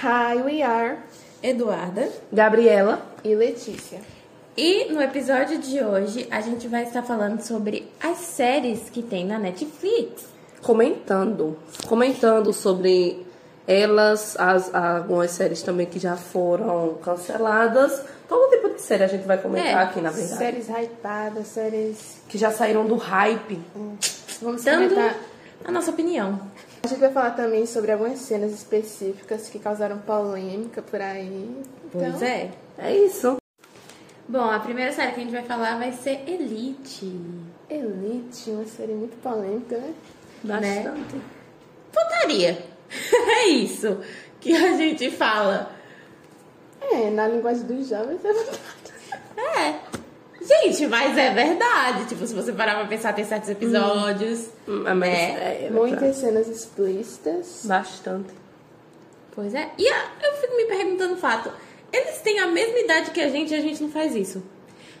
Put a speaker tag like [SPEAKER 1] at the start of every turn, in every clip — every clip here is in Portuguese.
[SPEAKER 1] Hi, we are
[SPEAKER 2] Eduarda.
[SPEAKER 1] Gabriela e Letícia.
[SPEAKER 2] E no episódio de hoje a gente vai estar falando sobre as séries que tem na Netflix.
[SPEAKER 3] comentando, comentando sobre elas, as, algumas séries também que já foram canceladas. Todo tipo de série a gente vai comentar
[SPEAKER 2] É,
[SPEAKER 3] aqui, na verdade.
[SPEAKER 1] Séries hypadas, séries.
[SPEAKER 3] Que já saíram do hype.
[SPEAKER 1] Vamos
[SPEAKER 2] Dando
[SPEAKER 1] comentar.
[SPEAKER 2] a nossa opinião.
[SPEAKER 1] A gente vai falar também sobre algumas cenas específicas que causaram polêmica por aí.
[SPEAKER 2] Pois
[SPEAKER 1] Então,
[SPEAKER 2] é.
[SPEAKER 3] É isso.
[SPEAKER 2] Bom, a primeira série que a gente vai falar vai ser Elite. é.
[SPEAKER 1] Elite, uma série muito polêmica, né?
[SPEAKER 3] Bastante.
[SPEAKER 2] Putaria. é isso que a gente fala.
[SPEAKER 1] É, na linguagem dos jovens é
[SPEAKER 2] É. Gente, mas é verdade. Tipo, se você parar pra pensar, tem certos episódios.
[SPEAKER 3] Hum, Mas
[SPEAKER 2] É,
[SPEAKER 3] é,
[SPEAKER 1] muitas cenas explícitas.
[SPEAKER 3] Bastante.
[SPEAKER 2] Pois é. E a- eu fico me perguntando o fato. Eles têm a mesma idade que a gente e a gente não faz isso.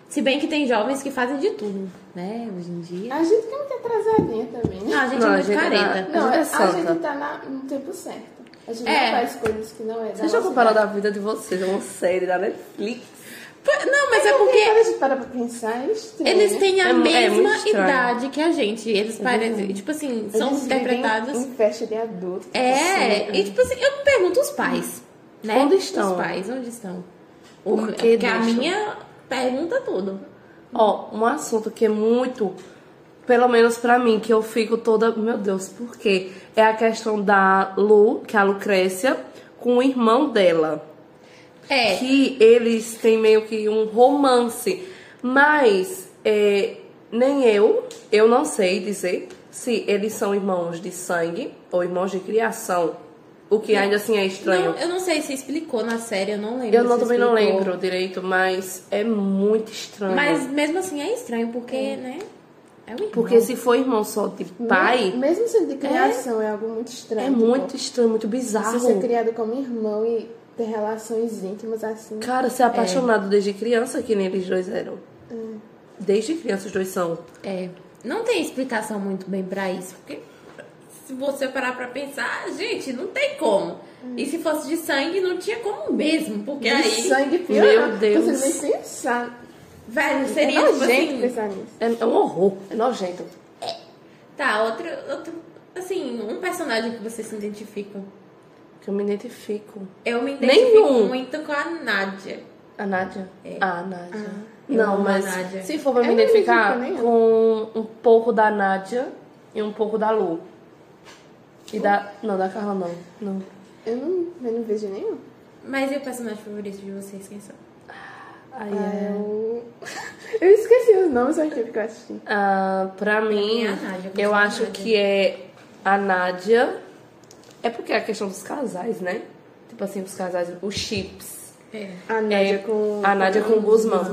[SPEAKER 2] Se bem que tem jovens que fazem de tudo, né? Hoje em dia.
[SPEAKER 1] A gente tá muito atrasadinha também, né?
[SPEAKER 2] Não, a gente
[SPEAKER 3] Não,
[SPEAKER 2] é
[SPEAKER 3] a
[SPEAKER 2] muito
[SPEAKER 3] gente é
[SPEAKER 2] careta.
[SPEAKER 1] Não,
[SPEAKER 3] A gente é
[SPEAKER 1] a
[SPEAKER 3] santa.
[SPEAKER 1] gente tá na- no tempo certo. A gente
[SPEAKER 2] É.
[SPEAKER 1] não faz coisas que não é da
[SPEAKER 3] Vocês já
[SPEAKER 1] nossa
[SPEAKER 3] comparam
[SPEAKER 1] idade.
[SPEAKER 3] da vida de vocês, é uma série da Netflix.
[SPEAKER 2] Pô, Não, mas é
[SPEAKER 1] Quando
[SPEAKER 2] porque
[SPEAKER 1] a gente para pra pensar, é estranho.
[SPEAKER 2] eles têm a
[SPEAKER 3] É mu- é muito
[SPEAKER 2] mesma
[SPEAKER 3] estranho. É
[SPEAKER 2] idade que a gente. Eles parecem, tipo assim, são
[SPEAKER 1] Eles vivem
[SPEAKER 2] interpretados.
[SPEAKER 3] um
[SPEAKER 1] Em festa de adulto.
[SPEAKER 2] É,
[SPEAKER 1] assim.
[SPEAKER 2] e tipo assim, eu me pergunto os pais, né?
[SPEAKER 3] Onde estão?
[SPEAKER 2] Os pais, onde estão?
[SPEAKER 3] Por que
[SPEAKER 2] Porque a
[SPEAKER 3] deixam?
[SPEAKER 2] minha pergunta tudo.
[SPEAKER 3] Ó, um assunto que é muito, pelo menos pra mim, que eu fico toda, meu Deus, por quê? É a questão da Lu, que é a Lucrécia, com o irmão dela.
[SPEAKER 2] É,
[SPEAKER 3] Que eles têm meio que um romance. Mas é, nem eu, eu não sei dizer se eles são irmãos de sangue ou irmãos de criação. O que ainda assim é estranho.
[SPEAKER 2] não, eu não sei se explicou na série, eu não lembro.
[SPEAKER 3] eu não,
[SPEAKER 2] se
[SPEAKER 3] também não
[SPEAKER 2] explicou.
[SPEAKER 3] lembro direito, mas é muito estranho.
[SPEAKER 2] Mas mesmo assim é estranho, porque, né? É um irmão.
[SPEAKER 3] Porque se for irmão só de pai,
[SPEAKER 1] Me- Mesmo sendo de criação, é, algo muito estranho.
[SPEAKER 3] É
[SPEAKER 1] tipo,
[SPEAKER 3] muito estranho, muito
[SPEAKER 1] Se
[SPEAKER 3] bizarro.
[SPEAKER 1] você é criado como irmão e ter relações íntimas assim.
[SPEAKER 3] Cara, ser apaixonado desde criança, que nem eles dois eram. Desde criança os dois são.
[SPEAKER 2] É. Não tem explicação muito bem pra isso. Porque se você parar pra pensar, gente, não tem como. E se fosse de sangue, não tinha como mesmo. Porque
[SPEAKER 1] de
[SPEAKER 2] aí.
[SPEAKER 1] sangue pior.
[SPEAKER 3] Meu Deus.
[SPEAKER 1] Você nem pensar.
[SPEAKER 2] Velho,
[SPEAKER 1] É
[SPEAKER 2] seria tipo
[SPEAKER 1] nojento
[SPEAKER 2] assim.
[SPEAKER 1] pensar nisso.
[SPEAKER 3] É, é um horror, é nojento.
[SPEAKER 2] Tá, outro, outro. Assim, um personagem que você se identifica.
[SPEAKER 3] Que eu me identifico.
[SPEAKER 2] Eu me identifico
[SPEAKER 3] Nenhum.
[SPEAKER 2] muito com a Nádia.
[SPEAKER 3] A Nádia? Ah, a Nádia.
[SPEAKER 2] eu
[SPEAKER 3] Não,
[SPEAKER 2] amo a
[SPEAKER 3] mas
[SPEAKER 2] Nádia.
[SPEAKER 3] se for pra me
[SPEAKER 1] Eu não me
[SPEAKER 3] identificar
[SPEAKER 1] identifico
[SPEAKER 3] com um pouco da Nádia e um pouco da Lu. E da. Não, da Carla não. Não.
[SPEAKER 1] Eu não, eu não vejo nenhum.
[SPEAKER 2] Mas e o personagem favorito de vocês? Quem são?
[SPEAKER 3] Aí
[SPEAKER 1] Ah,
[SPEAKER 3] é.
[SPEAKER 1] eu... eu esqueci os nomes daquele que eu assisti.
[SPEAKER 3] Ah, pra mim,
[SPEAKER 2] é a Nádia, eu gosto
[SPEAKER 3] eu
[SPEAKER 2] da
[SPEAKER 3] acho
[SPEAKER 2] Nádia.
[SPEAKER 3] que é a Nádia. É porque é a questão dos casais, né? Tipo assim, os casais, os chips.
[SPEAKER 2] É.
[SPEAKER 1] A Nádia
[SPEAKER 3] É,
[SPEAKER 1] com.
[SPEAKER 3] a Nádia com o Guzmán.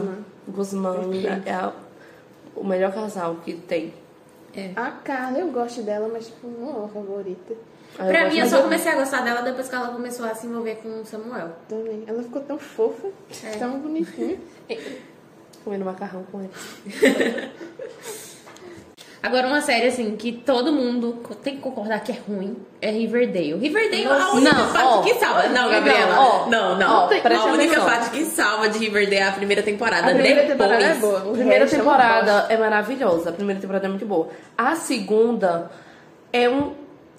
[SPEAKER 1] Guzmán.
[SPEAKER 3] Guzmán é, é a- o melhor casal que tem.
[SPEAKER 2] É.
[SPEAKER 1] A Carla, eu gosto dela, mas tipo, não é a favorita
[SPEAKER 3] Aí
[SPEAKER 2] pra
[SPEAKER 3] Ah, gosto
[SPEAKER 2] mim, eu
[SPEAKER 3] mais
[SPEAKER 2] só
[SPEAKER 3] da-
[SPEAKER 2] comecei a gostar dela depois que ela começou a se envolver com o Samuel.
[SPEAKER 1] também. Ela ficou tão fofa,
[SPEAKER 2] É.
[SPEAKER 1] tão bonitinha.
[SPEAKER 3] Comendo macarrão com ele.
[SPEAKER 2] Agora, uma série, assim, que todo mundo co- tem que concordar que é ruim é Riverdale. Riverdale, é a única
[SPEAKER 3] Não,
[SPEAKER 2] parte
[SPEAKER 3] ó.
[SPEAKER 2] que salva. Não, Gabriela.
[SPEAKER 3] Não, ó.
[SPEAKER 2] não, não.
[SPEAKER 3] Ó, presta
[SPEAKER 2] a única
[SPEAKER 3] atenção.
[SPEAKER 2] parte que salva de Riverdale é a primeira temporada.
[SPEAKER 1] A primeira
[SPEAKER 2] Depois,
[SPEAKER 1] temporada é boa.
[SPEAKER 3] A
[SPEAKER 1] O
[SPEAKER 3] primeira
[SPEAKER 1] resto é uma bosta.
[SPEAKER 3] temporada é maravilhosa. A primeira temporada é muito boa. A segunda é um.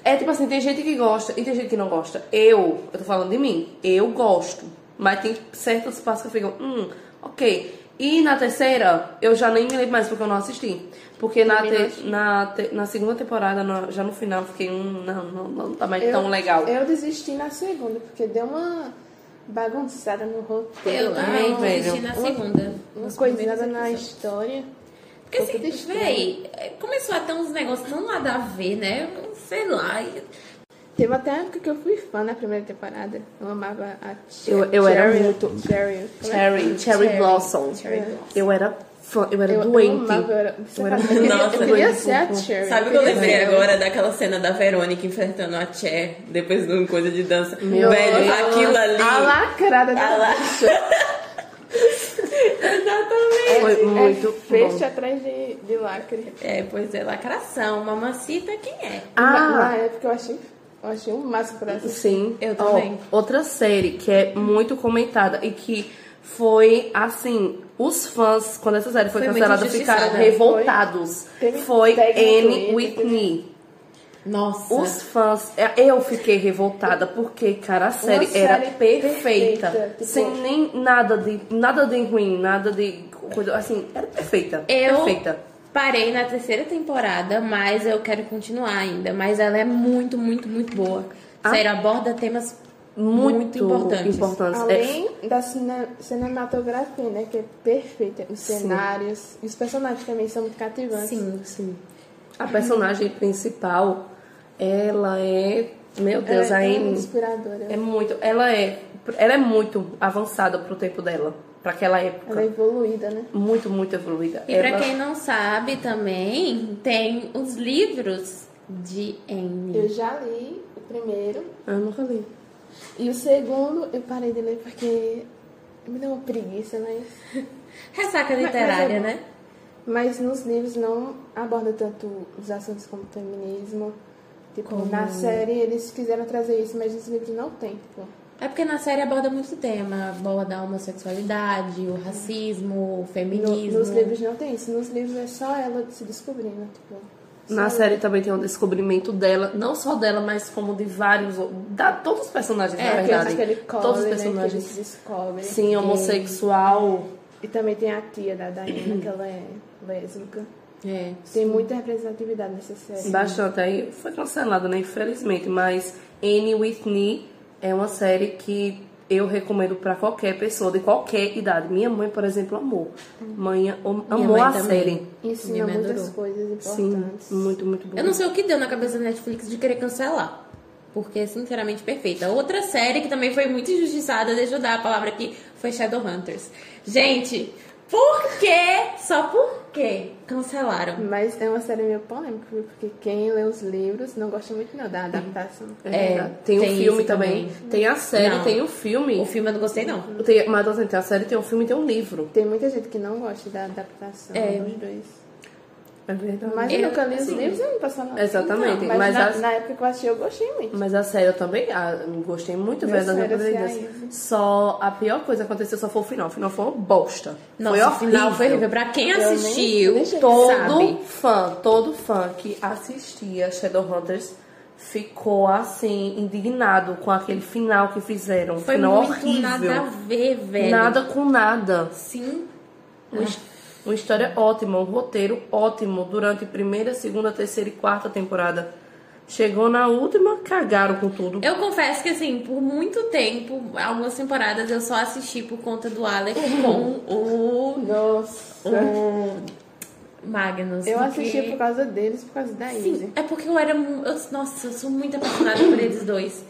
[SPEAKER 3] É tipo assim, tem gente que gosta e tem gente que não gosta. Eu, eu tô falando de mim, eu gosto. Mas tem certos passos que ficam, hum, ok. E na terceira, eu já nem me lembro mais porque eu não assisti. Porque na, te- na, te- na segunda temporada, no- já no final, eu fiquei, hum, não, não, não tá mais
[SPEAKER 1] Eu-
[SPEAKER 3] tão legal.
[SPEAKER 1] Eu desisti na segunda, porque deu uma bagunçada no roteiro.
[SPEAKER 2] Eu
[SPEAKER 1] tá?
[SPEAKER 2] também
[SPEAKER 1] Uma-
[SPEAKER 2] assisti na segunda.
[SPEAKER 1] Uma
[SPEAKER 2] nos
[SPEAKER 1] coisinha
[SPEAKER 2] primeiros
[SPEAKER 1] na
[SPEAKER 2] episódios.
[SPEAKER 1] história.
[SPEAKER 2] Porque
[SPEAKER 1] Ficou tudo
[SPEAKER 2] assim,
[SPEAKER 1] estranho.
[SPEAKER 2] véi, é, começou a ter uns negócios tão nada a ver, né? Sei lá. e-
[SPEAKER 1] Teve até a época que eu fui fã na primeira temporada. Eu amava a Che-
[SPEAKER 3] Eu- eu era
[SPEAKER 1] Cheryl.
[SPEAKER 3] muito-
[SPEAKER 1] Cheryl. Como é?
[SPEAKER 3] Cherry, Cherry Blossom.
[SPEAKER 2] Cherry
[SPEAKER 1] É.
[SPEAKER 2] Blossom.
[SPEAKER 3] Eu era fã, eu era
[SPEAKER 1] Eu, eu
[SPEAKER 3] doente.
[SPEAKER 1] amava, eu era,
[SPEAKER 3] Eu era
[SPEAKER 1] eu queria- eu
[SPEAKER 2] Nossa,
[SPEAKER 1] queria
[SPEAKER 3] doente,
[SPEAKER 1] ser a
[SPEAKER 3] fofo.
[SPEAKER 1] Cherry.
[SPEAKER 4] Sabe o que eu
[SPEAKER 1] queria
[SPEAKER 4] lembrei
[SPEAKER 1] ser ela.
[SPEAKER 4] agora daquela cena da Verônica enfrentando a Cher depois de um coisa de dança?
[SPEAKER 3] Meu
[SPEAKER 4] Velho,
[SPEAKER 3] Deus.
[SPEAKER 4] aquilo ali.
[SPEAKER 1] A lacrada da
[SPEAKER 4] A la-
[SPEAKER 1] bicha.
[SPEAKER 4] Exatamente.
[SPEAKER 3] Foi
[SPEAKER 1] É
[SPEAKER 3] muito
[SPEAKER 1] Fecho
[SPEAKER 3] bom.
[SPEAKER 1] atrás de, de lacre.
[SPEAKER 4] É, pois é, lacração.
[SPEAKER 2] São mamacita, quem é?
[SPEAKER 3] Ah,
[SPEAKER 1] Na, na época eu achei Eu achei o máximo pra assistir.
[SPEAKER 3] Sim.
[SPEAKER 2] Eu
[SPEAKER 3] Ó,
[SPEAKER 2] também.
[SPEAKER 3] outra série que é muito comentada e que foi assim. Os fãs, quando essa série foi,
[SPEAKER 4] Foi muito
[SPEAKER 3] cancelada, ficaram
[SPEAKER 4] injustiçada.
[SPEAKER 3] revoltados.
[SPEAKER 1] Teve
[SPEAKER 3] Foi
[SPEAKER 1] tag no
[SPEAKER 3] Anne
[SPEAKER 1] Twitter,
[SPEAKER 3] Whitney.
[SPEAKER 2] Nossa.
[SPEAKER 3] Os fãs. é, Eu fiquei revoltada porque, cara, a série era
[SPEAKER 1] série
[SPEAKER 3] perfeita.
[SPEAKER 1] perfeita, tipo-
[SPEAKER 3] Sem nem nada de, nada de ruim, nada de coisa. Assim, era perfeita.
[SPEAKER 2] Eu-
[SPEAKER 3] Perfeita.
[SPEAKER 2] Parei na terceira temporada, mas eu quero continuar ainda. Mas ela é muito, muito, muito boa. Sério, aborda temas
[SPEAKER 3] Muito,
[SPEAKER 2] muito importantes.
[SPEAKER 3] importantes. É,
[SPEAKER 1] Além da cine- cinematografia, né? Que é perfeita. Os
[SPEAKER 3] Sim.
[SPEAKER 1] cenários. E os personagens também são muito cativantes.
[SPEAKER 2] Sim, sim.
[SPEAKER 3] A personagem principal, ela é. Meu
[SPEAKER 1] Ela
[SPEAKER 3] Deus,
[SPEAKER 1] é
[SPEAKER 3] a
[SPEAKER 1] muito
[SPEAKER 3] Amy.
[SPEAKER 1] inspiradora.
[SPEAKER 3] É muito. Ela é. Ela é muito avançada pro tempo dela. Pra aquela
[SPEAKER 1] Ela é
[SPEAKER 3] época.
[SPEAKER 1] evoluída, né?
[SPEAKER 3] Muito, muito evoluída.
[SPEAKER 2] E pra
[SPEAKER 3] Ela-
[SPEAKER 2] quem não sabe também, tem os livros de Anne.
[SPEAKER 1] Eu já li o primeiro.
[SPEAKER 3] Eu nunca li.
[SPEAKER 1] E o segundo eu parei de ler porque me deu uma preguiça, né? mas.
[SPEAKER 2] Ressaca literária,
[SPEAKER 1] Mas-
[SPEAKER 2] né?
[SPEAKER 1] Mas nos livros não aborda tanto os assuntos como feminismo. Tipo, na série eles quiseram trazer isso, mas nos livros não tem, tipo.
[SPEAKER 2] É porque na série aborda muito tema. Aborda a homossexualidade, o racismo, o
[SPEAKER 1] No-
[SPEAKER 2] feminismo.
[SPEAKER 3] né?
[SPEAKER 1] nos livros não tem isso. Nos livros é só ela se descobrindo, tipo.
[SPEAKER 3] Na
[SPEAKER 1] só-
[SPEAKER 3] série também tem um descobrimento dela, não só dela, mas como de vários. ou- Da, todos os personagens,
[SPEAKER 1] É,
[SPEAKER 3] na
[SPEAKER 1] aquele,
[SPEAKER 3] verdade.
[SPEAKER 1] aquele
[SPEAKER 3] todos
[SPEAKER 1] cole,
[SPEAKER 3] os
[SPEAKER 1] né, que ele
[SPEAKER 3] personagens.
[SPEAKER 1] se descobre.
[SPEAKER 3] Sim, homossexual.
[SPEAKER 1] E também tem a tia da Diana, que ela é lésbica.
[SPEAKER 2] É.
[SPEAKER 1] Tem muita representatividade nessa série.
[SPEAKER 3] Bastante. Aí foi cancelada, né? Infelizmente. Mas Annie Whitney é uma série que eu recomendo pra qualquer pessoa, de qualquer idade. Minha mãe, por exemplo, amou. Mãe am- amou
[SPEAKER 2] mãe
[SPEAKER 3] a
[SPEAKER 2] também.
[SPEAKER 3] série.
[SPEAKER 1] Ensina
[SPEAKER 2] Minha mãe
[SPEAKER 1] muitas
[SPEAKER 2] adorou.
[SPEAKER 1] coisas
[SPEAKER 3] Sim,
[SPEAKER 1] importantes.
[SPEAKER 3] muito, muito boa.
[SPEAKER 2] Eu não sei o que deu na cabeça da Netflix de querer cancelar. Porque é sinceramente perfeita. Outra série que também foi muito injustiçada, deixa eu dar a palavra aqui, foi Shadowhunters. Gente, por quê? Só por quê? Cancelaram.
[SPEAKER 1] Mas é uma série meio polêmica, viu? porque quem lê os livros não gosta muito não da adaptação.
[SPEAKER 3] É,
[SPEAKER 2] É,
[SPEAKER 3] tem o
[SPEAKER 2] tem
[SPEAKER 3] filme
[SPEAKER 2] isso
[SPEAKER 3] também. Tem a série,
[SPEAKER 2] Não.
[SPEAKER 3] tem o filme.
[SPEAKER 2] O filme eu não gostei, não.
[SPEAKER 3] Tem, mas assim, tem a série, tem o filme e tem um livro.
[SPEAKER 1] Tem muita gente que não gosta da adaptação dos dois.
[SPEAKER 3] É verdade.
[SPEAKER 1] Mas
[SPEAKER 2] Eu-
[SPEAKER 1] eu nunca li os
[SPEAKER 2] sim.
[SPEAKER 1] livros eu não passou nada.
[SPEAKER 3] assim, Exatamente.
[SPEAKER 1] Mas,
[SPEAKER 3] mas
[SPEAKER 1] na,
[SPEAKER 3] a-
[SPEAKER 1] na época que eu achei, eu gostei muito.
[SPEAKER 3] Mas a série eu também ah, gostei muito,
[SPEAKER 1] Meu
[SPEAKER 3] velho, das
[SPEAKER 1] sério,
[SPEAKER 3] minhas
[SPEAKER 1] assim, aí.
[SPEAKER 3] preferidas. Só a pior coisa que aconteceu só foi o final. O final foi uma bosta.
[SPEAKER 2] Nossa,
[SPEAKER 3] foi
[SPEAKER 2] o final foi horrível. Pra quem assistiu,
[SPEAKER 1] nem cheguei
[SPEAKER 3] Todo
[SPEAKER 2] sabe.
[SPEAKER 3] fã, todo fã que assistia Shadowhunters ficou assim, indignado com aquele final que fizeram. Um
[SPEAKER 2] Foi
[SPEAKER 3] final
[SPEAKER 2] muito
[SPEAKER 3] horrível.
[SPEAKER 2] nada a ver, velho.
[SPEAKER 3] Nada com nada.
[SPEAKER 2] Sim.
[SPEAKER 3] Uma, his- uma história ótima, um roteiro ótimo durante primeira, segunda, terceira e quarta temporada. Chegou na última, cagaram com tudo.
[SPEAKER 2] Eu confesso que, assim, por muito tempo, algumas temporadas eu só assisti por conta do Alex com o
[SPEAKER 1] Nossa.
[SPEAKER 2] o
[SPEAKER 3] Hum,
[SPEAKER 2] Magnus.
[SPEAKER 1] Eu
[SPEAKER 2] porque-
[SPEAKER 1] assisti por causa deles, por causa da Izzy.
[SPEAKER 2] Sim, é porque eu era. mu- eu- nossa, eu sou muito apaixonada por eles dois.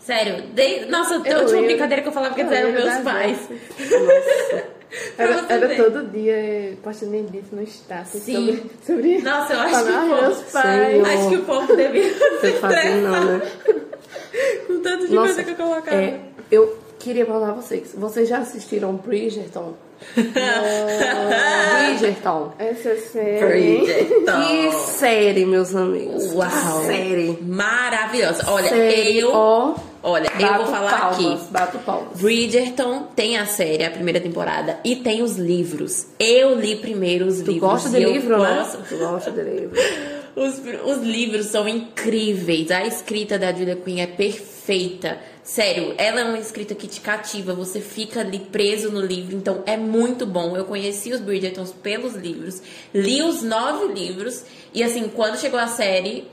[SPEAKER 2] Sério, de- nossa, a última
[SPEAKER 1] lembro.
[SPEAKER 2] brincadeira que eu falava que
[SPEAKER 1] Eu
[SPEAKER 2] eles eram
[SPEAKER 1] lembro
[SPEAKER 2] meus
[SPEAKER 1] das
[SPEAKER 2] pais.
[SPEAKER 1] dessas.
[SPEAKER 2] Pra
[SPEAKER 1] Era,
[SPEAKER 2] você
[SPEAKER 1] era
[SPEAKER 2] ver.
[SPEAKER 1] todo dia postando edito no status
[SPEAKER 2] Sim.
[SPEAKER 1] assim, sobre, sobre
[SPEAKER 2] Nossa, eu acho que
[SPEAKER 1] Falar,
[SPEAKER 2] o
[SPEAKER 1] "Ai, meus
[SPEAKER 2] povo.
[SPEAKER 1] pais.
[SPEAKER 2] Acho que o povo devia
[SPEAKER 3] Tem
[SPEAKER 2] se
[SPEAKER 3] que fazer não,
[SPEAKER 2] estressar
[SPEAKER 3] né?
[SPEAKER 2] com tanto de coisa que eu colocava.
[SPEAKER 3] é, eu queria falar a vocês. Vocês já assistiram Bridgerton? Bridgerton.
[SPEAKER 1] Essa série.
[SPEAKER 3] Que
[SPEAKER 4] Bridgerton.
[SPEAKER 3] série, meus amigos.
[SPEAKER 4] Uau.
[SPEAKER 3] Que série.
[SPEAKER 4] Maravilhosa. Olha,
[SPEAKER 3] série,
[SPEAKER 4] eu.
[SPEAKER 3] ó,
[SPEAKER 4] Olha, eu
[SPEAKER 3] bato
[SPEAKER 4] vou falar
[SPEAKER 3] palmas,
[SPEAKER 4] aqui.
[SPEAKER 3] Bato palmas.
[SPEAKER 4] Bridgerton tem a série, a primeira temporada, e tem os livros. Eu li primeiro os
[SPEAKER 3] Tu
[SPEAKER 4] livros.
[SPEAKER 3] gosta de
[SPEAKER 4] e eu
[SPEAKER 3] livro,
[SPEAKER 4] gosto.
[SPEAKER 3] né? Tu gosta de livro.
[SPEAKER 4] Os, os livros são incríveis. A escrita da Julia Quinn é perfeita. Sério, ela é uma escrita que te cativa. Você fica ali preso no livro. Então é muito bom. Eu conheci os Bridgertons pelos livros. Li os nove livros. E assim, quando chegou a série,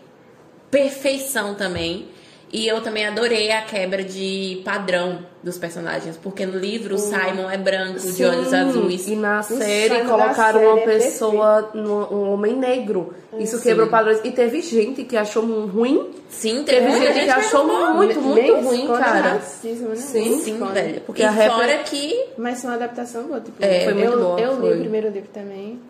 [SPEAKER 4] perfeição também. E eu também adorei a quebra de padrão dos personagens. Porque no livro o Simon é branco, de olhos
[SPEAKER 3] Hum. Sim,
[SPEAKER 4] azuis.
[SPEAKER 3] E na
[SPEAKER 1] sonho
[SPEAKER 3] série
[SPEAKER 1] da
[SPEAKER 3] colocaram
[SPEAKER 1] série
[SPEAKER 3] uma
[SPEAKER 1] é
[SPEAKER 3] pessoa, um, um homem negro. Isso quebrou padrões. E teve gente que achou um ruim.
[SPEAKER 4] Sim, teve
[SPEAKER 3] Teve
[SPEAKER 4] muita
[SPEAKER 3] gente que
[SPEAKER 4] que
[SPEAKER 3] achou
[SPEAKER 4] reclamou.
[SPEAKER 3] muito, muito
[SPEAKER 1] Nem
[SPEAKER 3] ruim,
[SPEAKER 1] esconde
[SPEAKER 3] cara.
[SPEAKER 1] racismo, né?
[SPEAKER 3] Sim,
[SPEAKER 4] Sim,
[SPEAKER 1] Esconde.
[SPEAKER 4] velho.
[SPEAKER 3] Porque
[SPEAKER 4] e
[SPEAKER 3] a rap-
[SPEAKER 4] fora que.
[SPEAKER 1] Mas foi uma adaptação boa, tipo,
[SPEAKER 3] foi É, muito
[SPEAKER 1] eu,
[SPEAKER 3] boa,
[SPEAKER 1] eu li o
[SPEAKER 3] foi.
[SPEAKER 1] primeiro livro também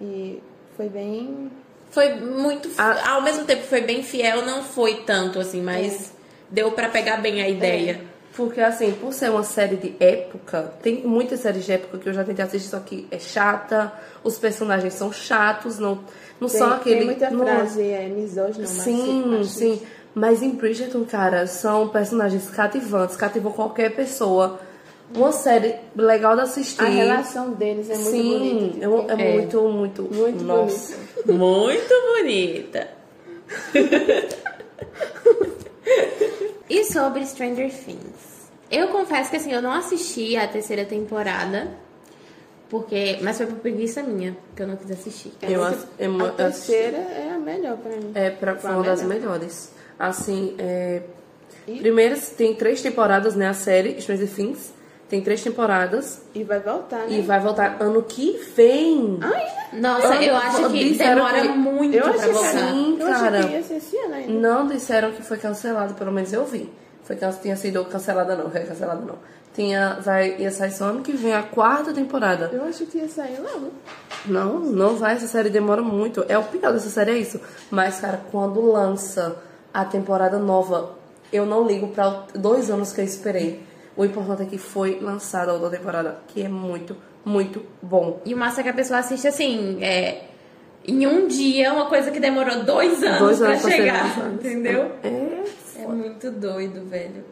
[SPEAKER 1] e foi bem.
[SPEAKER 4] Foi muito. f-
[SPEAKER 3] A- É.
[SPEAKER 4] Ao mesmo tempo que foi bem fiel, não foi tanto, assim, mas deu pra pegar bem a ideia.
[SPEAKER 3] Porque, assim, por ser uma série de época, tem muitas séries de época que eu já tentei assistir, só que é chata, os personagens são chatos, não, não
[SPEAKER 1] Tem,
[SPEAKER 3] são aquele.
[SPEAKER 1] tem muita
[SPEAKER 3] não- é-
[SPEAKER 1] frase é misógina,
[SPEAKER 3] Sim,
[SPEAKER 1] machista.
[SPEAKER 3] sim. Mas em Bridgerton, cara, são personagens cativantes, cativam qualquer pessoa. Uma série legal de assistir.
[SPEAKER 1] A relação deles é muito
[SPEAKER 3] Sim,
[SPEAKER 1] bonita.
[SPEAKER 3] é mu- é,
[SPEAKER 2] É.
[SPEAKER 3] muito, muito.
[SPEAKER 1] Muito
[SPEAKER 3] nossa.
[SPEAKER 1] bonita.
[SPEAKER 4] Muito bonita.
[SPEAKER 2] E sobre Stranger Things. Eu confesso que assim, eu não assisti a terceira temporada. Porque. Mas foi por preguiça minha, que eu não quis assistir.
[SPEAKER 3] Eu, ass- eu,
[SPEAKER 1] A
[SPEAKER 3] eu assisti-
[SPEAKER 1] terceira é a melhor pra mim.
[SPEAKER 3] É, pra, foi
[SPEAKER 1] Pra
[SPEAKER 3] uma das
[SPEAKER 1] melhor.
[SPEAKER 3] melhores. Assim, é...
[SPEAKER 1] E-
[SPEAKER 3] Primeiro, tem três temporadas, né? A série Stranger Things tem três temporadas
[SPEAKER 1] E vai voltar, né?
[SPEAKER 3] É. e vai voltar ano que vem.
[SPEAKER 1] Ah,
[SPEAKER 2] Nossa,
[SPEAKER 3] Eu-
[SPEAKER 2] eu, acho que
[SPEAKER 3] disseram
[SPEAKER 2] demora
[SPEAKER 3] que-
[SPEAKER 2] muito
[SPEAKER 1] eu
[SPEAKER 2] pra
[SPEAKER 1] achei que
[SPEAKER 2] voltar.
[SPEAKER 1] era-
[SPEAKER 3] sim,
[SPEAKER 1] eu achei
[SPEAKER 3] cara.
[SPEAKER 1] que ia ser esse ano ainda.
[SPEAKER 3] Não disseram que foi cancelado, pelo menos eu vi. Foi can... Tinha sido cancelada não, é cancelada não. Tinha... Vai... Ia sair só ano que vem a quarta temporada.
[SPEAKER 1] Eu achei que ia sair logo.
[SPEAKER 3] Não, não vai, essa série demora muito. É o pior dessa série, é isso. Mas, cara, quando lança a temporada nova, eu não ligo pra o- dois anos que eu esperei. O importante é que foi lançada a outra temporada, que é muito, muito bom.
[SPEAKER 2] E o massa é que a pessoa assiste assim, é, em um dia, uma coisa que demorou dois anos
[SPEAKER 3] Dois
[SPEAKER 2] pra
[SPEAKER 3] anos pra ser
[SPEAKER 2] chegar,
[SPEAKER 3] lançado.
[SPEAKER 2] entendeu?
[SPEAKER 3] É,
[SPEAKER 2] É muito doido, velho.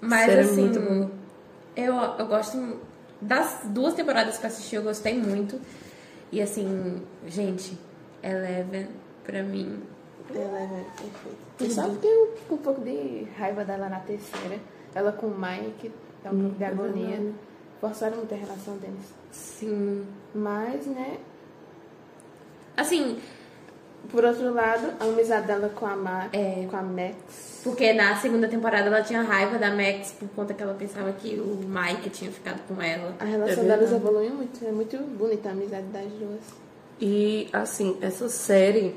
[SPEAKER 2] Mas
[SPEAKER 3] Sério, é
[SPEAKER 2] assim,
[SPEAKER 3] muito bom.
[SPEAKER 2] eu, eu gosto das duas temporadas que eu assisti, eu gostei muito. E assim, gente, Eleven, pra mim.
[SPEAKER 1] Ela é perfeita. Eu só fiquei um- com um pouco de raiva dela na terceira. Ela com o Mike, dá um pouco de agonia. Forçaram muito a relação deles.
[SPEAKER 2] Sim.
[SPEAKER 1] Mas, né,
[SPEAKER 2] Assim,
[SPEAKER 1] por outro lado, a amizade dela com a Ma, com a Max.
[SPEAKER 2] porque na segunda temporada ela tinha raiva da Max por conta que ela pensava que o Mike tinha ficado com ela.
[SPEAKER 1] A relação delas evoluiu muito. É muito bonita a amizade das duas.
[SPEAKER 3] E assim, essa série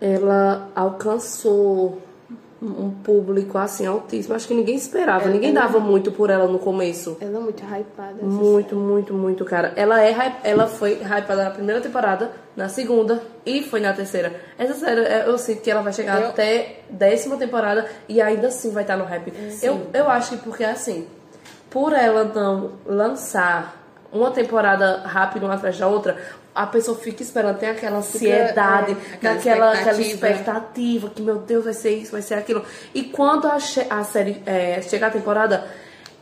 [SPEAKER 3] ela alcançou um público assim altíssimo. Acho que ninguém esperava,
[SPEAKER 2] É,
[SPEAKER 3] ninguém dava muito por ela no começo.
[SPEAKER 1] Ela é muito hypada. essa
[SPEAKER 3] Muito, muito, muito, cara. Ela é hype- ela foi hypada na primeira temporada, na segunda e foi na terceira. Essa série, é, eu sinto que ela vai chegar
[SPEAKER 1] Eu-
[SPEAKER 3] até décima temporada e ainda assim vai estar no hype.
[SPEAKER 1] É,
[SPEAKER 3] Eu, eu acho que porque assim, por ela não lançar uma temporada rápido uma atrás da outra, a pessoa fica esperando, tem aquela ansiedade,
[SPEAKER 1] é,
[SPEAKER 3] aquela,
[SPEAKER 2] aquela
[SPEAKER 3] aquela,
[SPEAKER 2] expectativa.
[SPEAKER 3] expectativa que meu Deus, vai ser isso, vai ser aquilo. E quando a, che- a série é, chegar a temporada,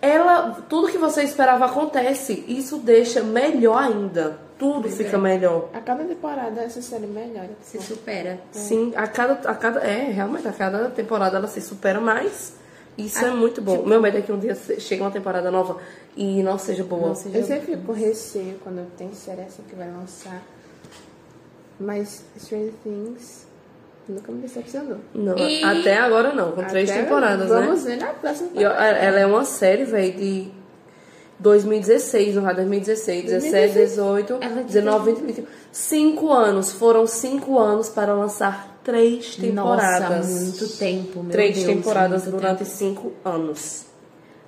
[SPEAKER 3] ela tudo que você esperava acontece. Isso deixa melhor ainda. Tudo fica melhor.
[SPEAKER 1] A cada temporada essa série melhora.
[SPEAKER 2] Se supera.
[SPEAKER 3] Sim, a cada, a cada. É, realmente, a cada temporada ela se supera mais. Isso é muito bom. Meu medo é que um dia se- chegue uma temporada nova e não seja boa.
[SPEAKER 1] Eu sempre fico com receio quando tem série essa que vai lançar. Mas Stranger Things nunca me decepcionou.
[SPEAKER 3] Não, até agora não, com três
[SPEAKER 1] Até
[SPEAKER 3] temporadas, né?
[SPEAKER 1] vamos ver na próxima
[SPEAKER 3] E ó,
[SPEAKER 1] temporada.
[SPEAKER 3] ela é uma série, velho, de 2016, não, 2016, 17, 18,
[SPEAKER 2] Ela é de
[SPEAKER 3] 19, 20, 21. Cinco anos. Foram cinco anos para lançar três temporadas.
[SPEAKER 2] Nossa, muito tempo, meu
[SPEAKER 3] Três
[SPEAKER 2] Deus,
[SPEAKER 3] temporadas
[SPEAKER 2] muito
[SPEAKER 3] durante
[SPEAKER 2] tempo.
[SPEAKER 3] cinco anos.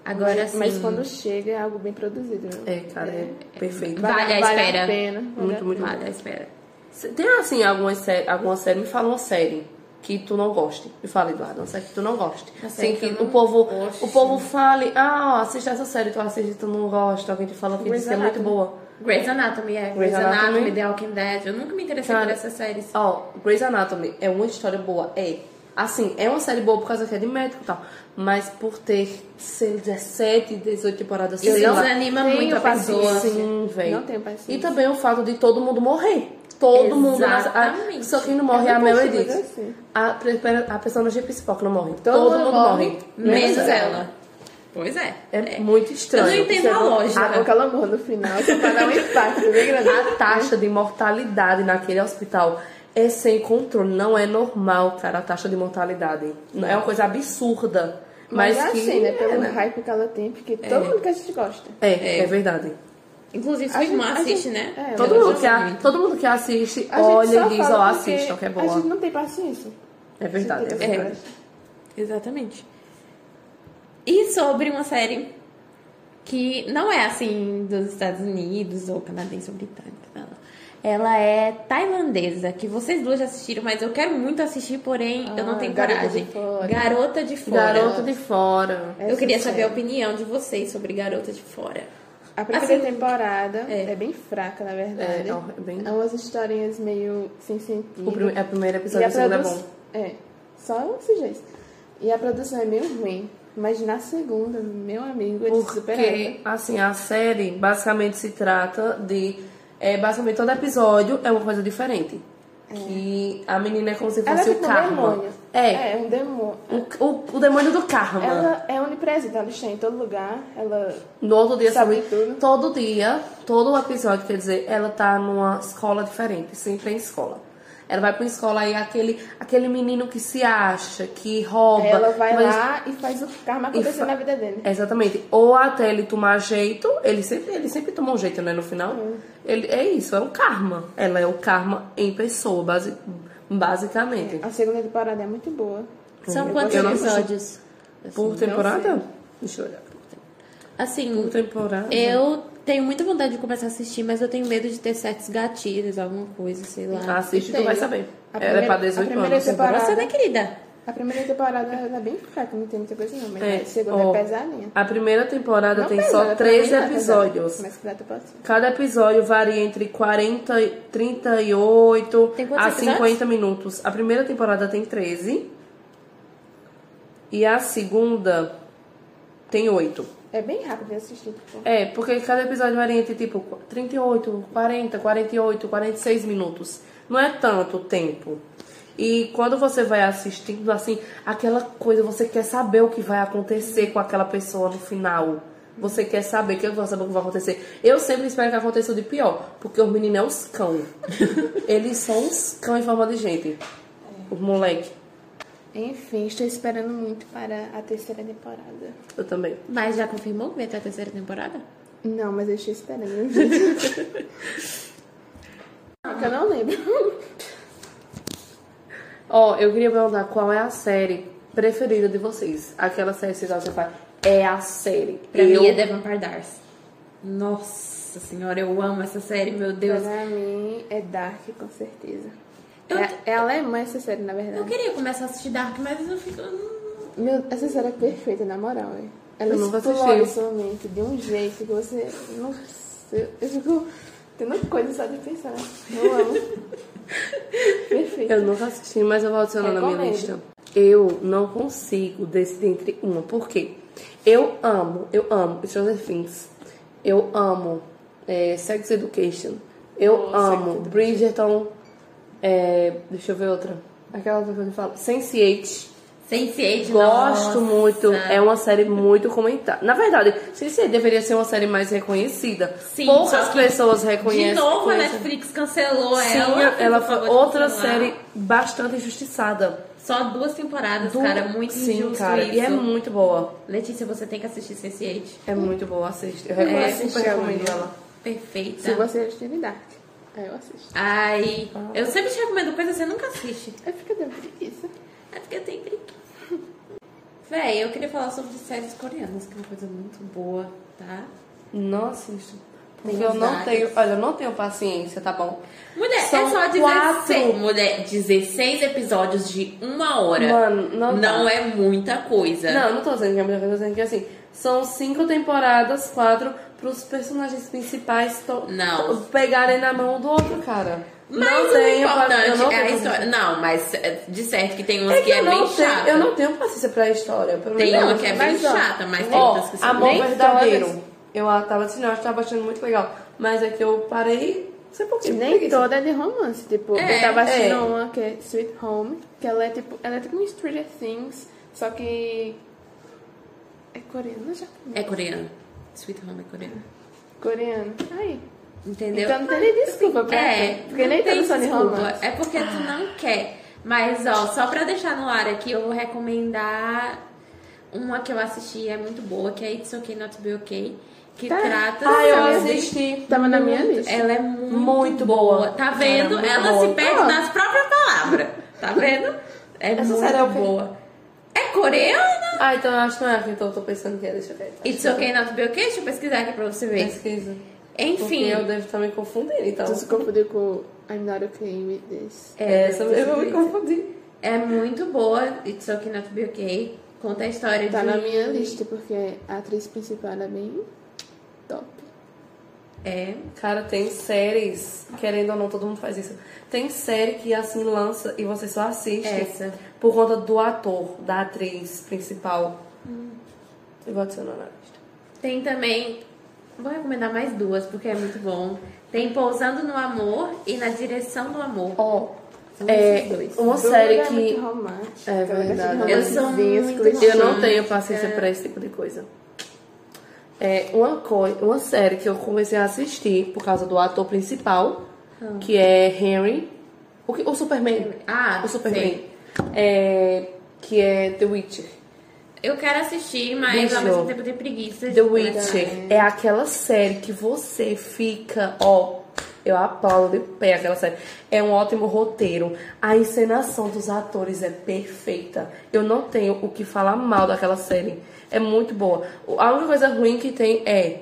[SPEAKER 2] Agora sim.
[SPEAKER 1] Mas quando chega é algo bem produzido.
[SPEAKER 3] É, cara, é, perfeito.
[SPEAKER 2] Vai- Vale a espera.
[SPEAKER 1] pena. Vale a
[SPEAKER 3] muito, muito bom.
[SPEAKER 2] Vale, espera.
[SPEAKER 3] Cê- Tem, assim, algumas séries, alguma série, me fala uma série que tu não goste. Me fala, Eduardo, uma série que tu não goste. Assim,
[SPEAKER 2] série que
[SPEAKER 3] que
[SPEAKER 2] eu
[SPEAKER 3] o
[SPEAKER 2] não
[SPEAKER 3] povo,
[SPEAKER 2] goste.
[SPEAKER 3] o povo fale, ah, assiste essa série, tu assiste e tu não gosta, alguém te fala que
[SPEAKER 1] Grey's
[SPEAKER 3] diz que é muito
[SPEAKER 1] Anatomy.
[SPEAKER 3] boa.
[SPEAKER 2] Grey's Anatomy, é.
[SPEAKER 3] Grey's
[SPEAKER 2] Grey's Anatomy,
[SPEAKER 3] Anatomy.
[SPEAKER 2] The Walking Dead. Eu nunca me interessei
[SPEAKER 3] Cara,
[SPEAKER 2] por essas séries.
[SPEAKER 3] Ó, Grey's Anatomy é uma história boa, é. Assim, é uma série boa por causa que é de médico e tal. Mas por ter sei, 17, 18 temporadas,
[SPEAKER 2] Isso é
[SPEAKER 3] sei lá.
[SPEAKER 2] desanima
[SPEAKER 1] tenho
[SPEAKER 2] muito a
[SPEAKER 1] paciência.
[SPEAKER 2] pessoa. assim,
[SPEAKER 3] Sim, velho.
[SPEAKER 1] Não tenho paciência.
[SPEAKER 3] E também o fato de todo mundo morrer. Todo mundo. nas- a-
[SPEAKER 2] Exatamente.
[SPEAKER 3] Só quem não morre
[SPEAKER 1] Eu
[SPEAKER 3] é a
[SPEAKER 1] não
[SPEAKER 3] Mel
[SPEAKER 1] consigo,
[SPEAKER 3] Edith.
[SPEAKER 1] eu sei.
[SPEAKER 3] A, pre- pre- a personagem principal que não morre. Todo,
[SPEAKER 1] Todo
[SPEAKER 3] mundo
[SPEAKER 1] mundo
[SPEAKER 3] morre.
[SPEAKER 1] morre,
[SPEAKER 2] Menos ela. Pois é.
[SPEAKER 3] É, muito
[SPEAKER 2] Eu
[SPEAKER 3] estranho. é
[SPEAKER 2] não entendo a lógica.
[SPEAKER 1] Ah, aquela amor no final, isso vai dar um impacto bem grande.
[SPEAKER 3] A taxa de mortalidade naquele hospital é sem controle. Não é normal, cara, a taxa de mortalidade. Não é uma coisa absurda. Mas,
[SPEAKER 1] Mas, é
[SPEAKER 3] que
[SPEAKER 1] assim, né? Pelo
[SPEAKER 3] é,
[SPEAKER 1] hype que ela tem, porque todo mundo que a gente gosta.
[SPEAKER 3] É, é verdade.
[SPEAKER 2] Inclusive,
[SPEAKER 1] A
[SPEAKER 2] sua irmã
[SPEAKER 1] gente- a
[SPEAKER 2] assiste,
[SPEAKER 1] gente-
[SPEAKER 2] né?
[SPEAKER 1] é,
[SPEAKER 2] Ela
[SPEAKER 3] Todo
[SPEAKER 1] eu
[SPEAKER 2] já
[SPEAKER 3] mundo, que a-
[SPEAKER 2] viu.
[SPEAKER 3] todo mundo que assiste
[SPEAKER 1] A gente
[SPEAKER 3] olha
[SPEAKER 1] só
[SPEAKER 3] e diz, ó,
[SPEAKER 1] fala porque
[SPEAKER 3] assistam, que é
[SPEAKER 1] A gente
[SPEAKER 3] boa.
[SPEAKER 1] não tem paciência.
[SPEAKER 3] É verdade, é
[SPEAKER 1] A gente não tem
[SPEAKER 3] verdade.
[SPEAKER 1] paciência.
[SPEAKER 2] Exatamente. E sobre uma série que não é assim dos Estados Unidos ou canadense ou britânica, não. Ela é tailandesa, que vocês duas já assistiram, mas eu quero muito assistir, porém eu não
[SPEAKER 1] Ah,
[SPEAKER 2] tenho
[SPEAKER 1] Garota
[SPEAKER 2] coragem.
[SPEAKER 1] de Fora.
[SPEAKER 2] Garota de Fora.
[SPEAKER 3] Garoto de fora.
[SPEAKER 1] É
[SPEAKER 2] Eu queria
[SPEAKER 1] Essa
[SPEAKER 2] saber a
[SPEAKER 1] série.
[SPEAKER 2] opinião de vocês sobre Garota de Fora.
[SPEAKER 1] A primeira
[SPEAKER 2] Assim,
[SPEAKER 1] temporada
[SPEAKER 2] é.
[SPEAKER 1] é. bem fraca, na verdade.
[SPEAKER 3] É, ó, é bem-
[SPEAKER 1] É umas historinhas meio sem sentido.
[SPEAKER 3] O prime- é o primeiro
[SPEAKER 1] E
[SPEAKER 3] episódio,
[SPEAKER 1] a
[SPEAKER 3] o segundo é
[SPEAKER 1] produ-
[SPEAKER 3] bom.
[SPEAKER 1] é. Só esses dois. E a produção é meio ruim. Mas na segunda, meu amigo, ele supera.
[SPEAKER 3] Porque, assim, a série basicamente se trata de. É, basicamente todo episódio é uma coisa diferente. Que a menina é como se
[SPEAKER 1] É. Ela é
[SPEAKER 3] fosse o
[SPEAKER 1] tipo um
[SPEAKER 3] karma.
[SPEAKER 1] demônio.
[SPEAKER 3] É.
[SPEAKER 1] um demônio.
[SPEAKER 3] O, o, o demônio do karma.
[SPEAKER 1] Ela é onipresente, ela está em todo lugar. Ela
[SPEAKER 3] No outro dia,
[SPEAKER 1] Sabe
[SPEAKER 3] assim,
[SPEAKER 1] tudo.
[SPEAKER 3] todo dia, todo episódio, quer dizer, ela tá numa escola diferente, sempre em escola. Ela vai pra escola e aquele, aquele menino que se acha, que rouba.
[SPEAKER 1] Ela vai
[SPEAKER 3] mas-
[SPEAKER 1] lá e faz o karma
[SPEAKER 3] E
[SPEAKER 1] acontecer
[SPEAKER 3] fa-
[SPEAKER 1] na vida dele.
[SPEAKER 3] Exatamente. Ou até ele tomar jeito, ele sempre, ele sempre toma um jeito, né? No final.
[SPEAKER 1] Uhum.
[SPEAKER 3] Ele, é isso, é um karma. Ela é o karma em pessoa, basi- basicamente.
[SPEAKER 1] A segunda temporada é muito boa.
[SPEAKER 2] São
[SPEAKER 1] Eu
[SPEAKER 2] quantos
[SPEAKER 1] gostei.
[SPEAKER 3] não assisti.
[SPEAKER 2] episódios?
[SPEAKER 1] Assim,
[SPEAKER 3] Por temporada? Deixa eu olhar.
[SPEAKER 2] Assim,
[SPEAKER 3] Por temporada. né?
[SPEAKER 2] eu tenho muita vontade de começar a assistir, mas eu tenho medo de ter certos gatilhos, alguma coisa, sei lá.
[SPEAKER 3] Ah, Assiste, tu
[SPEAKER 1] Tem.
[SPEAKER 3] vai saber.
[SPEAKER 1] A
[SPEAKER 3] Ela é pra
[SPEAKER 1] primeira- a
[SPEAKER 3] 18
[SPEAKER 1] primeira
[SPEAKER 3] anos.
[SPEAKER 1] temporada-
[SPEAKER 2] Nossa, né, querida?
[SPEAKER 1] A primeira temporada ela é bem fraca, não tem muita coisa não, mas
[SPEAKER 3] É,
[SPEAKER 1] a segunda
[SPEAKER 3] ó,
[SPEAKER 1] é pesadinha.
[SPEAKER 3] A primeira temporada
[SPEAKER 1] Não
[SPEAKER 3] tem
[SPEAKER 1] pesada,
[SPEAKER 3] só
[SPEAKER 1] pra
[SPEAKER 3] 13
[SPEAKER 1] mim não é pesada,
[SPEAKER 3] episódios.
[SPEAKER 1] Mas que dá temporada sim.
[SPEAKER 3] Cada episódio varia entre 40, e 38
[SPEAKER 2] Tem quantos
[SPEAKER 3] a
[SPEAKER 2] episódios?
[SPEAKER 3] 50 minutos. A primeira temporada tem 13. E a segunda tem 8.
[SPEAKER 1] É bem rápido de assistir. Tipo.
[SPEAKER 3] É, porque cada episódio varia entre tipo 38, 40, 48, 46 minutos. Não é tanto tempo. E quando você vai assistindo, assim, aquela coisa, você quer saber o que vai acontecer com aquela pessoa no final. Você quer saber, quer saber o que vai acontecer. Eu sempre espero que aconteça o de pior, porque os meninos é uns cão. Eles são uns cão em forma de gente. Os moleque.
[SPEAKER 1] Enfim, estou esperando muito para a terceira temporada.
[SPEAKER 3] Eu também.
[SPEAKER 2] Mas já confirmou que vai ter a terceira temporada?
[SPEAKER 1] Não, mas eu estou esperando. Porque eu não lembro.
[SPEAKER 3] Ó, eu queria perguntar qual é a série preferida de vocês. Aquela série que vocês acham que fala, é a série.
[SPEAKER 2] Pra
[SPEAKER 3] eu,
[SPEAKER 2] mim é The Vampire Diaries. Nossa senhora, eu amo essa série, meu Deus.
[SPEAKER 1] Para mim é Dark, com certeza.
[SPEAKER 2] Eu-
[SPEAKER 1] É, é alemã essa série, na verdade.
[SPEAKER 2] Eu queria começar a assistir Dark, mas eu fico... hum,
[SPEAKER 1] Meu, essa série é perfeita, na moral, velho. Ela
[SPEAKER 3] Eu nunca
[SPEAKER 1] explora
[SPEAKER 3] assisti.
[SPEAKER 1] sua mente de um jeito que você. Nossa, eu, eu fico tendo coisa só de pensar. Eu amo. Perfeito.
[SPEAKER 3] eu nunca assisti, mas eu vou adicionar na minha
[SPEAKER 1] Recomendo.
[SPEAKER 3] lista. Eu não consigo decidir entre uma. Por quê? Eu amo, eu amo Stranger Things. Eu amo é, Sex Education. Eu amo Bridgerton. É, deixa eu ver outra. Aquela outra que eu falo. Sense8.
[SPEAKER 2] Sense8, nossa.
[SPEAKER 3] Gosto muito, é uma série muito comentada. Na verdade, Sense8 deveria ser uma série mais reconhecida.
[SPEAKER 2] Sim,
[SPEAKER 3] Poucas
[SPEAKER 2] só que
[SPEAKER 3] pessoas reconhecem.
[SPEAKER 2] De novo a
[SPEAKER 3] conhecem.
[SPEAKER 2] Netflix cancelou
[SPEAKER 3] Sim,
[SPEAKER 2] ela.
[SPEAKER 3] ela,
[SPEAKER 2] fez o favor
[SPEAKER 3] foi
[SPEAKER 2] de
[SPEAKER 3] outra
[SPEAKER 2] cancelar.
[SPEAKER 3] série bastante injustiçada.
[SPEAKER 2] Só duas temporadas,
[SPEAKER 3] Do-
[SPEAKER 2] cara, é muito
[SPEAKER 3] Sim,
[SPEAKER 2] injusto
[SPEAKER 3] cara,
[SPEAKER 2] isso.
[SPEAKER 3] e é muito boa.
[SPEAKER 2] Letícia, você tem que assistir Sense8.
[SPEAKER 3] É muito boa, assiste. Eu recomendo, super recomendo ela.
[SPEAKER 2] Perfeita.
[SPEAKER 1] Se você assistir em Dark, aí eu assisto.
[SPEAKER 2] Ai,
[SPEAKER 3] Ah.
[SPEAKER 2] eu sempre te recomendo coisa que você nunca assiste.
[SPEAKER 1] Eu fico dando preguiça.
[SPEAKER 2] É porque eu tenho preguiça. Véi, eu queria falar sobre séries coreanas, que é uma coisa muito boa, tá?
[SPEAKER 3] Não assisto. Porque
[SPEAKER 2] Tem
[SPEAKER 3] eu não
[SPEAKER 2] várias.
[SPEAKER 3] tenho, olha, eu não tenho paciência, tá bom?
[SPEAKER 2] Mulher,
[SPEAKER 3] São
[SPEAKER 2] é só 16.
[SPEAKER 3] quatro.
[SPEAKER 2] Mulher, 16 episódios de uma hora.
[SPEAKER 3] Mano, não dá.
[SPEAKER 2] é muita coisa.
[SPEAKER 3] Não, eu não tô dizendo que é melhor coisa, eu tô dizendo que assim, são cinco temporadas, quatro, pros personagens principais to-
[SPEAKER 2] Não.
[SPEAKER 3] to- pegarem na mão um do outro, cara.
[SPEAKER 2] Mas o
[SPEAKER 3] tenho pa- eu
[SPEAKER 2] importante
[SPEAKER 3] não
[SPEAKER 2] é
[SPEAKER 3] tenho
[SPEAKER 2] a
[SPEAKER 3] paciência.
[SPEAKER 2] história. Não, mas é, de certo que tem umas
[SPEAKER 3] É
[SPEAKER 2] que,
[SPEAKER 3] que,
[SPEAKER 2] é
[SPEAKER 3] eu,
[SPEAKER 2] bem
[SPEAKER 3] não tenho,
[SPEAKER 2] chata.
[SPEAKER 3] eu não tenho paciência pra história. Pra
[SPEAKER 2] Tem
[SPEAKER 3] mim,
[SPEAKER 2] uma
[SPEAKER 3] não. assim,
[SPEAKER 2] que é
[SPEAKER 3] Mas,
[SPEAKER 2] bem
[SPEAKER 3] ó,
[SPEAKER 2] chata, mas tem
[SPEAKER 3] ó,
[SPEAKER 2] outras que são
[SPEAKER 3] Amor
[SPEAKER 2] bem
[SPEAKER 3] Verdadeiro.
[SPEAKER 1] todas.
[SPEAKER 3] Eu ah, tava assistindo, eu tava achando muito legal. Mas é que eu parei, não sei por quê. assim,
[SPEAKER 1] Nem toda é de romance. Tipo,
[SPEAKER 2] É,
[SPEAKER 1] eu tava assistindo
[SPEAKER 3] é.
[SPEAKER 1] uma que é Sweet Home, que ela é tipo. Ela é tipo um Stranger Things, só que. É coreano já?
[SPEAKER 2] É coreana. Sweet Home é coreana. tá
[SPEAKER 1] Coreano. Aí.
[SPEAKER 2] Entendeu?
[SPEAKER 1] Então não tem nem desculpa pra
[SPEAKER 2] É,
[SPEAKER 1] tu, Porque
[SPEAKER 2] não
[SPEAKER 1] nem
[SPEAKER 2] tem
[SPEAKER 1] tudo são de
[SPEAKER 2] desculpa.
[SPEAKER 1] romance.
[SPEAKER 2] É porque tu não quer. Mas, ó, só pra deixar no ar aqui, eu vou recomendar uma que eu assisti, é muito boa, que é It's Okay Not To Be Okay, que
[SPEAKER 1] Tá.
[SPEAKER 2] trata
[SPEAKER 3] Ah, eu
[SPEAKER 2] sobre-
[SPEAKER 3] assisti.
[SPEAKER 1] Tava na minha lista.
[SPEAKER 2] Ela é muito,
[SPEAKER 3] Muito boa.
[SPEAKER 2] boa. Tá
[SPEAKER 3] Cara,
[SPEAKER 2] vendo?
[SPEAKER 3] muito
[SPEAKER 2] Ela
[SPEAKER 3] boa.
[SPEAKER 2] se perde
[SPEAKER 1] Ah.
[SPEAKER 2] nas próprias palavras. Tá vendo? É
[SPEAKER 3] Essa série é o
[SPEAKER 2] muito
[SPEAKER 3] quê?
[SPEAKER 2] boa. É coreana?
[SPEAKER 3] Ah, então eu acho que não é, então eu tô pensando que é, deixa eu ver.
[SPEAKER 2] It's Okay Not To Be Okay? Deixa eu pesquisar aqui pra você ver.
[SPEAKER 3] Pesquisa. Porque
[SPEAKER 2] Enfim.
[SPEAKER 3] eu devo estar me confundindo, então.
[SPEAKER 1] Tu se confundiu com I'm Not Okay With This.
[SPEAKER 2] É,
[SPEAKER 3] Essa eu vou me confundir.
[SPEAKER 2] É muito boa, It's Okay Not To Be Okay. Conta a história
[SPEAKER 1] Tá
[SPEAKER 2] de...
[SPEAKER 1] na minha lista, porque a atriz principal é bem top.
[SPEAKER 2] É.
[SPEAKER 3] Cara, tem séries, querendo ou não, todo mundo faz isso. Tem série que assim lança e você só assiste
[SPEAKER 2] Essa.
[SPEAKER 3] por conta do ator, da atriz principal. Hum. Eu vou adicionar na lista.
[SPEAKER 2] Tem também. Vou recomendar mais duas, porque é muito bom. Tem Pousando no Amor e Na Direção do Amor.
[SPEAKER 3] Ó,
[SPEAKER 2] São
[SPEAKER 3] é,
[SPEAKER 2] esses dois.
[SPEAKER 3] uma série que É
[SPEAKER 1] É
[SPEAKER 3] verdade.
[SPEAKER 1] verdade.
[SPEAKER 2] Eu sou muito
[SPEAKER 3] eu não
[SPEAKER 2] Sim,
[SPEAKER 3] tenho paciência pra esse tipo de coisa. É uma, coi- uma série que eu comecei a assistir por causa do ator principal, que é Henry. O, que- o Superman.
[SPEAKER 2] Ah,
[SPEAKER 3] O Superman.
[SPEAKER 2] sei.
[SPEAKER 3] É, que é The Witcher.
[SPEAKER 2] Eu quero assistir, mas
[SPEAKER 3] Bicho.
[SPEAKER 2] ao mesmo tempo tem preguiça. de
[SPEAKER 3] The
[SPEAKER 2] começar.
[SPEAKER 3] Witcher é aquela série que você fica, ó, eu aplaudo de pé aquela série. É um ótimo roteiro. A encenação dos atores é perfeita. Eu não tenho o que falar mal daquela série. É muito boa. O- A única coisa ruim que tem é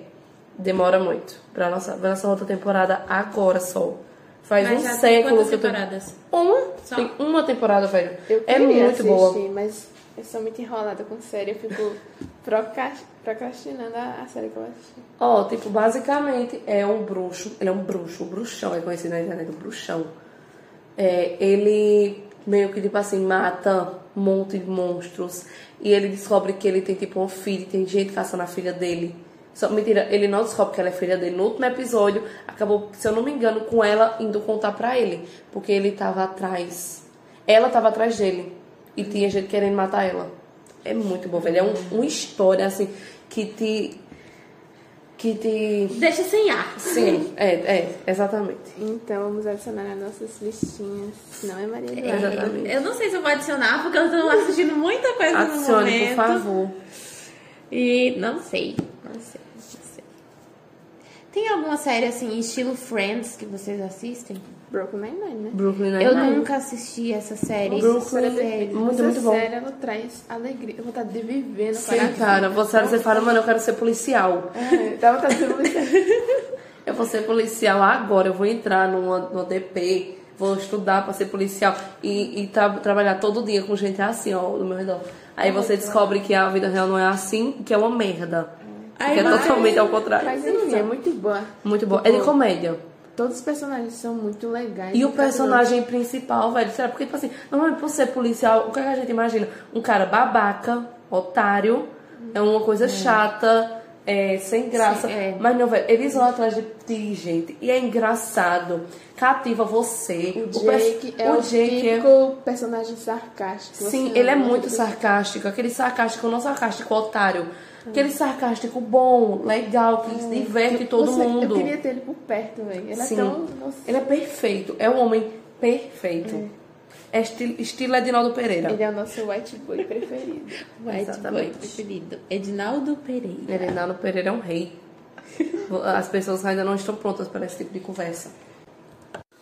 [SPEAKER 3] demora muito pra lançar. Vai lançar outra temporada agora só. Faz
[SPEAKER 2] Mas
[SPEAKER 3] um
[SPEAKER 2] já tem
[SPEAKER 3] século
[SPEAKER 2] quantas
[SPEAKER 3] que eu tô...
[SPEAKER 2] temporadas?
[SPEAKER 3] Uma?
[SPEAKER 2] Só?
[SPEAKER 3] Tem uma temporada, velho.
[SPEAKER 1] Eu
[SPEAKER 3] é
[SPEAKER 1] queria
[SPEAKER 3] muito
[SPEAKER 1] assistir,
[SPEAKER 3] boa.
[SPEAKER 1] mas eu sou muito enrolada com série. Eu fico procras- procrastinando a a série que eu assisti.
[SPEAKER 3] Ó, tipo, basicamente é um bruxo. Ele é um bruxo, um bruxão, é conhecido na internet, um bruxão. É, ele meio que, tipo assim, mata um monte de monstros. E ele descobre que ele tem, tipo, um filho, tem gente caçando a filha dele. Só, mentira, ele não descobre que ela é filha dele. No último episódio, acabou, se eu não me engano, com ela indo contar pra ele. Porque ele tava atrás. Ela tava atrás dele. E tinha gente querendo matar ela. É muito bom, velho. É um, uma história, assim, que te que te.
[SPEAKER 2] Deixa sem ar.
[SPEAKER 3] Sim, é, é, exatamente.
[SPEAKER 1] Então vamos adicionar nas nossas listinhas. Não é Maria
[SPEAKER 2] É,
[SPEAKER 1] Eduarda.
[SPEAKER 3] Exatamente.
[SPEAKER 2] Eu não sei se eu vou adicionar, porque eu tô assistindo muita coisa no
[SPEAKER 3] Adicione,
[SPEAKER 2] um momento.
[SPEAKER 3] por favor.
[SPEAKER 2] E não sei, não sei, não sei. Tem alguma série assim, estilo Friends, que vocês assistem?
[SPEAKER 1] Brooklyn Nine-Nine, né?
[SPEAKER 3] Brooklyn
[SPEAKER 2] Eu
[SPEAKER 3] Nine-Nine.
[SPEAKER 2] nunca assisti essa série.
[SPEAKER 3] Brooklyn,
[SPEAKER 2] Sério.
[SPEAKER 3] muito,
[SPEAKER 1] Essa
[SPEAKER 3] muito bom.
[SPEAKER 1] série, ela traz alegria, vontade de viver no
[SPEAKER 3] Sim, cara, você, você fala, mano, eu quero ser policial.
[SPEAKER 1] É, dá vontade de viver.
[SPEAKER 3] Eu vou ser policial agora, eu vou entrar numa, numa DP, vou estudar pra ser policial e, e tra- trabalhar todo dia com gente assim, ó, do meu redor. Aí você descobre que a vida real não é assim, que é uma merda.
[SPEAKER 2] Aí
[SPEAKER 3] que é
[SPEAKER 2] vai.
[SPEAKER 3] totalmente ao contrário.
[SPEAKER 1] Mas enfim, é muito boa.
[SPEAKER 3] Muito bom. É de comédia.
[SPEAKER 1] Todos os personagens são muito legais. Tá
[SPEAKER 3] E o personagem principal, velho, será? Porque, tipo assim, normalmente por ser policial, o que, é que a gente imagina? Um cara babaca, otário, é uma coisa chata, é, sem graça.
[SPEAKER 2] Sim, é.
[SPEAKER 3] Mas não, velho, eles vão atrás de, de gente e é engraçado. Cativa você.
[SPEAKER 1] O
[SPEAKER 3] pers-
[SPEAKER 1] Jake é o,
[SPEAKER 3] Jake é-
[SPEAKER 1] típico personagem sarcástico.
[SPEAKER 3] Sim,
[SPEAKER 1] assim,
[SPEAKER 3] ele
[SPEAKER 1] né?
[SPEAKER 3] é muito sarcástico, aquele sarcástico, não sarcástico otário. Aquele sarcástico bom, legal, que diverte todo
[SPEAKER 1] É. Você-
[SPEAKER 3] mundo.
[SPEAKER 1] Eu queria ter ele por perto, velho. Ele
[SPEAKER 3] Sim.
[SPEAKER 1] é tão. nossa,
[SPEAKER 3] Ele é perfeito, é um homem perfeito. É esti- estilo Edinaldo Pereira.
[SPEAKER 1] Ele é o nosso white boy preferido.
[SPEAKER 2] White Boy
[SPEAKER 3] Exatamente.
[SPEAKER 2] preferido. Edinaldo Pereira.
[SPEAKER 3] Edinaldo Pereira é um rei. As pessoas ainda não estão prontas para esse tipo de conversa.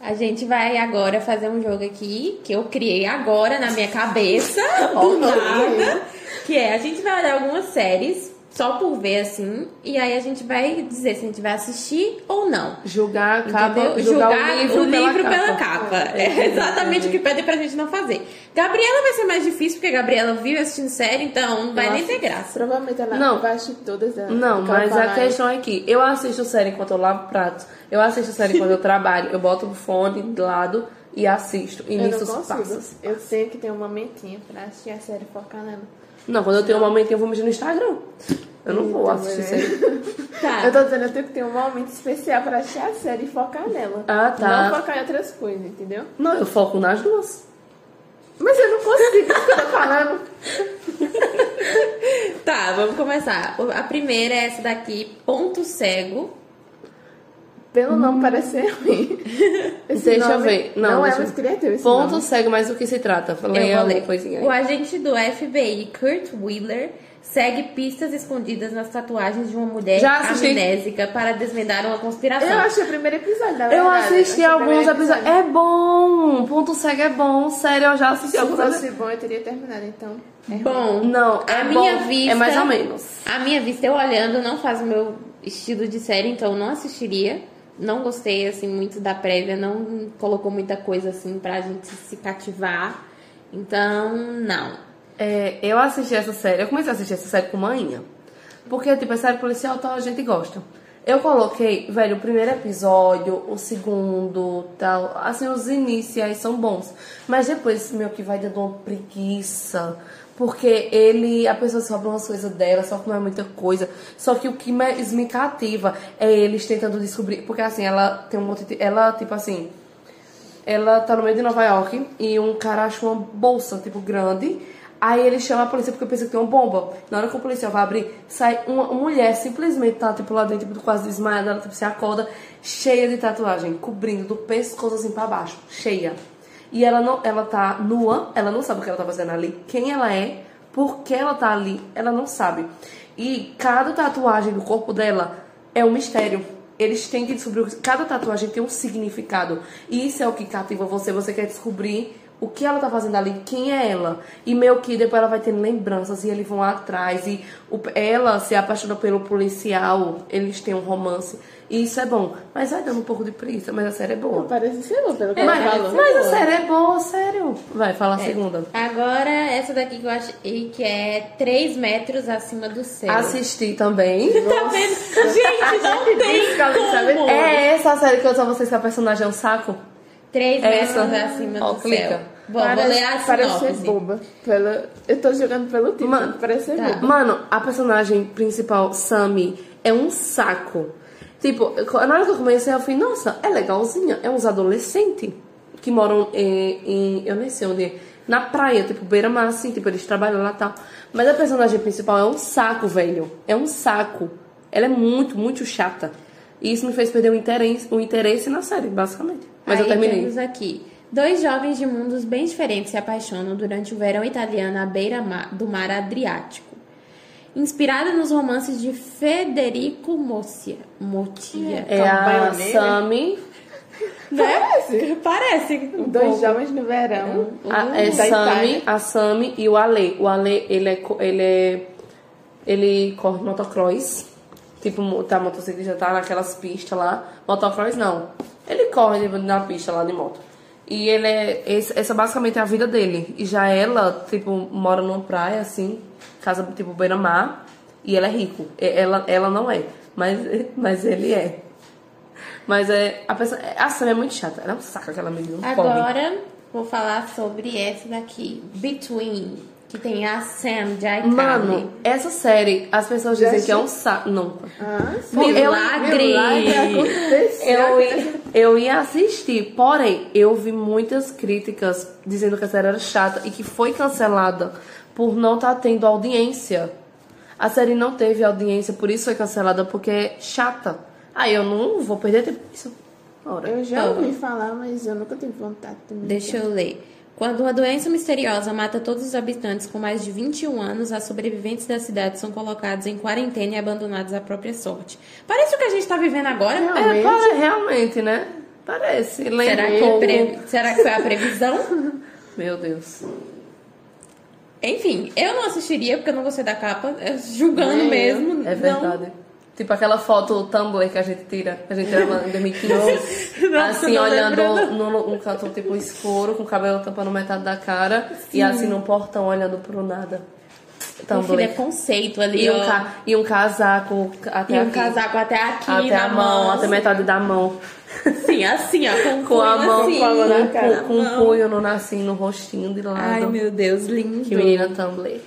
[SPEAKER 2] A gente vai agora fazer um jogo aqui que eu criei agora na minha cabeça, do nada, que é a gente vai olhar algumas séries só por ver assim, e aí a gente vai dizer se a gente vai assistir ou não.
[SPEAKER 3] Julgar, a capa,
[SPEAKER 2] Entendeu?
[SPEAKER 3] julgar, Tá o livro, pela,
[SPEAKER 2] pela
[SPEAKER 3] capa.
[SPEAKER 2] capa. É exatamente o que pedem pra gente não fazer. Gabriela vai ser mais difícil, porque a Gabriela vive assistindo série, então não vai nem ter graça.
[SPEAKER 1] Provavelmente ela
[SPEAKER 3] Não.
[SPEAKER 1] vai assistir todas elas.
[SPEAKER 3] Não,
[SPEAKER 1] Porque ela
[SPEAKER 3] mas
[SPEAKER 1] fala,
[SPEAKER 3] a questão é que eu assisto série enquanto eu lavo pratos, eu assisto série enquanto eu trabalho, eu boto o fone do lado e assisto. E
[SPEAKER 1] Eu não
[SPEAKER 3] nisso
[SPEAKER 1] consigo.
[SPEAKER 3] passos.
[SPEAKER 1] Eu tenho que ter um momentinho pra assistir a série focar nela.
[SPEAKER 3] Não, quando eu tenho um momentinho, eu vou mexer no Instagram. Eu não vou
[SPEAKER 1] Eita,
[SPEAKER 3] assistir
[SPEAKER 1] mulher.
[SPEAKER 2] Tá.
[SPEAKER 3] série.
[SPEAKER 1] Então, é. Eu tô dizendo, eu tenho que ter um momento especial pra assistir a série e focar nela.
[SPEAKER 3] Ah, tá.
[SPEAKER 1] Não focar em outras coisas, entendeu?
[SPEAKER 3] Não, eu foco nas duas.
[SPEAKER 1] Mas eu não consigo, isso que eu tô falando.
[SPEAKER 2] Tá, vamos começar. O- A primeira é essa daqui, Ponto Cego.
[SPEAKER 1] Pelo nome parece ser ruim. Esse
[SPEAKER 3] Hum. Deixa eu
[SPEAKER 1] nome
[SPEAKER 3] ver. Não,
[SPEAKER 1] é
[SPEAKER 3] deixa
[SPEAKER 1] mais
[SPEAKER 3] eu ver.
[SPEAKER 1] criativo esse
[SPEAKER 3] Ponto
[SPEAKER 1] nome.
[SPEAKER 3] segue, mas o que se trata?
[SPEAKER 2] Eu
[SPEAKER 3] Leia
[SPEAKER 2] vou
[SPEAKER 3] uma
[SPEAKER 2] ler.
[SPEAKER 3] coisinha aí.
[SPEAKER 2] O agente do FBI, Kurt Wheeler, segue pistas escondidas nas tatuagens de uma mulher
[SPEAKER 3] Já assisti.
[SPEAKER 2] amnésica para desvendar uma conspiração.
[SPEAKER 1] Eu achei o primeiro episódio, na
[SPEAKER 3] É, Eu
[SPEAKER 1] verdade.
[SPEAKER 3] assisti
[SPEAKER 1] Achei o
[SPEAKER 3] alguns
[SPEAKER 1] primeiro
[SPEAKER 3] episódios. É bom! Ponto cego é bom, sério, eu já assisti
[SPEAKER 1] Se
[SPEAKER 3] alguns episódios.
[SPEAKER 1] fosse bom, eu teria terminado, então. É ruim.
[SPEAKER 2] Bom,
[SPEAKER 3] Não, é
[SPEAKER 2] a minha
[SPEAKER 3] bom,
[SPEAKER 2] vista
[SPEAKER 3] É mais ou menos.
[SPEAKER 2] A minha vista, eu olhando, não faz o meu estilo de série, então eu não assistiria. Não gostei, assim, muito da prévia, não colocou muita coisa, assim, pra gente se cativar. Então, não.
[SPEAKER 3] É, eu assisti essa série, eu comecei a assistir essa série com manhã. Porque, tipo, é série policial e tal, a gente gosta. Eu coloquei, velho, o primeiro episódio, o segundo, tal. Assim, os iniciais são bons. Mas depois, meu, que vai dando uma preguiça. Porque ele, a pessoa sobe umas coisas dela, só que não é muita coisa. Só que o que mais me cativa é eles tentando descobrir. Porque assim, ela tem um monte de. Ela, tipo assim. Ela tá no meio de Nova York e um cara acha uma bolsa, tipo, grande. Aí ele chama a polícia porque pensa que tem uma bomba. Na hora que o policial vai abrir, sai uma mulher simplesmente tá, tipo, lá dentro, tipo, quase desmaiada. Ela, tipo, se acorda, cheia de tatuagem, cobrindo do pescoço, assim, pra baixo. Cheia. E ela não, ela tá nua, ela não sabe o que ela tá fazendo ali, quem ela é, por que ela tá ali, ela não sabe. E cada tatuagem do corpo dela é um mistério. Eles têm que descobrir. o que- Cada tatuagem tem um significado. E isso é o que cativa você. Você quer descobrir o que ela tá fazendo ali, quem é ela. E meio que depois ela vai tendo lembranças e eles vão atrás. E o- ela se apaixona pelo policial. Eles têm um romance. E isso é bom. Mas vai dando um pouco de preguiça. Mas a série é boa.
[SPEAKER 1] Parece ser bom, pelo que ela
[SPEAKER 3] Mas,
[SPEAKER 1] falou.
[SPEAKER 3] mas a série é boa, sério. Vai, fala
[SPEAKER 2] É.
[SPEAKER 3] a segunda.
[SPEAKER 2] Agora, essa daqui que eu achei que é 3 metros acima do céu.
[SPEAKER 3] Assisti também.
[SPEAKER 2] Tá vendo? Gente, não tem como.
[SPEAKER 3] É essa a série que eu só vocês que a personagem é um saco?
[SPEAKER 2] 3
[SPEAKER 3] Essa.
[SPEAKER 2] metros acima
[SPEAKER 3] Ó,
[SPEAKER 2] do
[SPEAKER 3] clica.
[SPEAKER 2] céu. Bom, vou ler a
[SPEAKER 1] parece ser
[SPEAKER 2] sinopse.
[SPEAKER 1] boba. Pela... Eu tô jogando pelo título.
[SPEAKER 3] Mano, tá.
[SPEAKER 1] parece ser boba.
[SPEAKER 3] Mano, a personagem principal, Sammy, é um saco. Tipo, na hora que eu comecei, eu falei, nossa, é legalzinha. É uns adolescentes que moram eh, em, em- Eu nem sei onde. é, Na praia, tipo, beira-mar, assim, tipo, eles trabalham lá e tal. Mas a personagem principal é um saco, velho. É um saco. Ela é muito, muito chata. E isso me fez perder o interesse, o interesse na série, basicamente. Mas
[SPEAKER 2] Aí
[SPEAKER 3] eu terminei.
[SPEAKER 2] temos aqui. Dois jovens de mundos bem diferentes se apaixonam durante o verão italiano à beira ma- do mar Adriático. Inspirada nos romances de Federico Mossia. Motia.
[SPEAKER 3] É a
[SPEAKER 1] Campanha, né?
[SPEAKER 3] Sammy. é?
[SPEAKER 2] Parece. Parece.
[SPEAKER 1] Dois
[SPEAKER 2] Bom,
[SPEAKER 1] jovens no verão. Um
[SPEAKER 3] A, é
[SPEAKER 1] Hum, Da
[SPEAKER 3] Sami,
[SPEAKER 1] Itália.
[SPEAKER 3] a Sami e o Ale. O Ale, ele é. co- Ele, é, ele corre motocross. Tipo, mo- tá, motociclista tá naquelas pistas lá. Motocross não. Ele corre tipo, na pista lá de moto. E ele é. esse- essa basicamente é a vida dele. E já ela, tipo, mora numa praia, assim, casa tipo beira-mar. E ele é rico. E- Ela, ela não é. Mas, mas ele é. Mas é. A, pessoa, a Sam é muito chata. Ela é um saco aquela menina. pobre.
[SPEAKER 2] Agora vou falar sobre essa daqui. Between. Que tem a Sam de Itália.
[SPEAKER 3] Mano, essa série, as pessoas dizem
[SPEAKER 1] É Já
[SPEAKER 3] que é um saco. Nunca.
[SPEAKER 1] Ah, sim.
[SPEAKER 2] Milagre.
[SPEAKER 1] Milagre aconteceu.
[SPEAKER 3] Eu, ia- eu ia assistir, porém, eu vi muitas críticas dizendo que a série era chata e que foi cancelada por não estar tendo audiência. A série não teve audiência, por isso foi cancelada, porque é chata. Aí eu não vou perder tempo com isso. Ora.
[SPEAKER 1] Eu já ouvi
[SPEAKER 3] Ah.
[SPEAKER 1] falar, mas eu nunca tive vontade também.
[SPEAKER 2] Deixa eu ler. Quando uma doença misteriosa mata todos os habitantes com mais de 21 anos, as sobreviventes da cidade são colocados em quarentena e abandonados à própria sorte. Parece o que a gente tá vivendo agora.
[SPEAKER 1] Não,
[SPEAKER 2] É,
[SPEAKER 3] É, pare- realmente, né? Parece.
[SPEAKER 2] Será
[SPEAKER 3] Lembra um
[SPEAKER 2] que,
[SPEAKER 3] pouco.
[SPEAKER 2] pre- Será que foi a previsão?
[SPEAKER 3] Meu Deus.
[SPEAKER 2] Enfim, eu não assistiria porque eu não gostei da capa, é, julgando
[SPEAKER 1] Nem
[SPEAKER 2] mesmo.
[SPEAKER 3] É verdade. Tipo aquela foto Tumblr que a gente tira, que a gente tira lá em 2015.
[SPEAKER 2] Nossa,
[SPEAKER 3] assim,
[SPEAKER 2] não
[SPEAKER 3] olhando
[SPEAKER 2] lembro,
[SPEAKER 3] num um canto tipo escuro, com o cabelo tampando metade da cara. E assim num portão olhando pro nada.
[SPEAKER 2] Não. Meu filho, é
[SPEAKER 3] Tumblr.
[SPEAKER 2] conceito ali,
[SPEAKER 3] E um,
[SPEAKER 2] ó.
[SPEAKER 3] ca- e um casaco até
[SPEAKER 2] E um
[SPEAKER 3] aqui.
[SPEAKER 2] casaco até aqui
[SPEAKER 3] até
[SPEAKER 2] na assim.
[SPEAKER 3] a mão, até metade da mão.
[SPEAKER 2] Sim, assim, ó. Com,
[SPEAKER 3] Com a mão,
[SPEAKER 2] assim.
[SPEAKER 3] com, a mão na
[SPEAKER 1] na cara.
[SPEAKER 3] cara, com um punho no, assim, no rostinho de lado.
[SPEAKER 2] Ai, meu Deus, lindo.
[SPEAKER 3] Que menina Tumblr.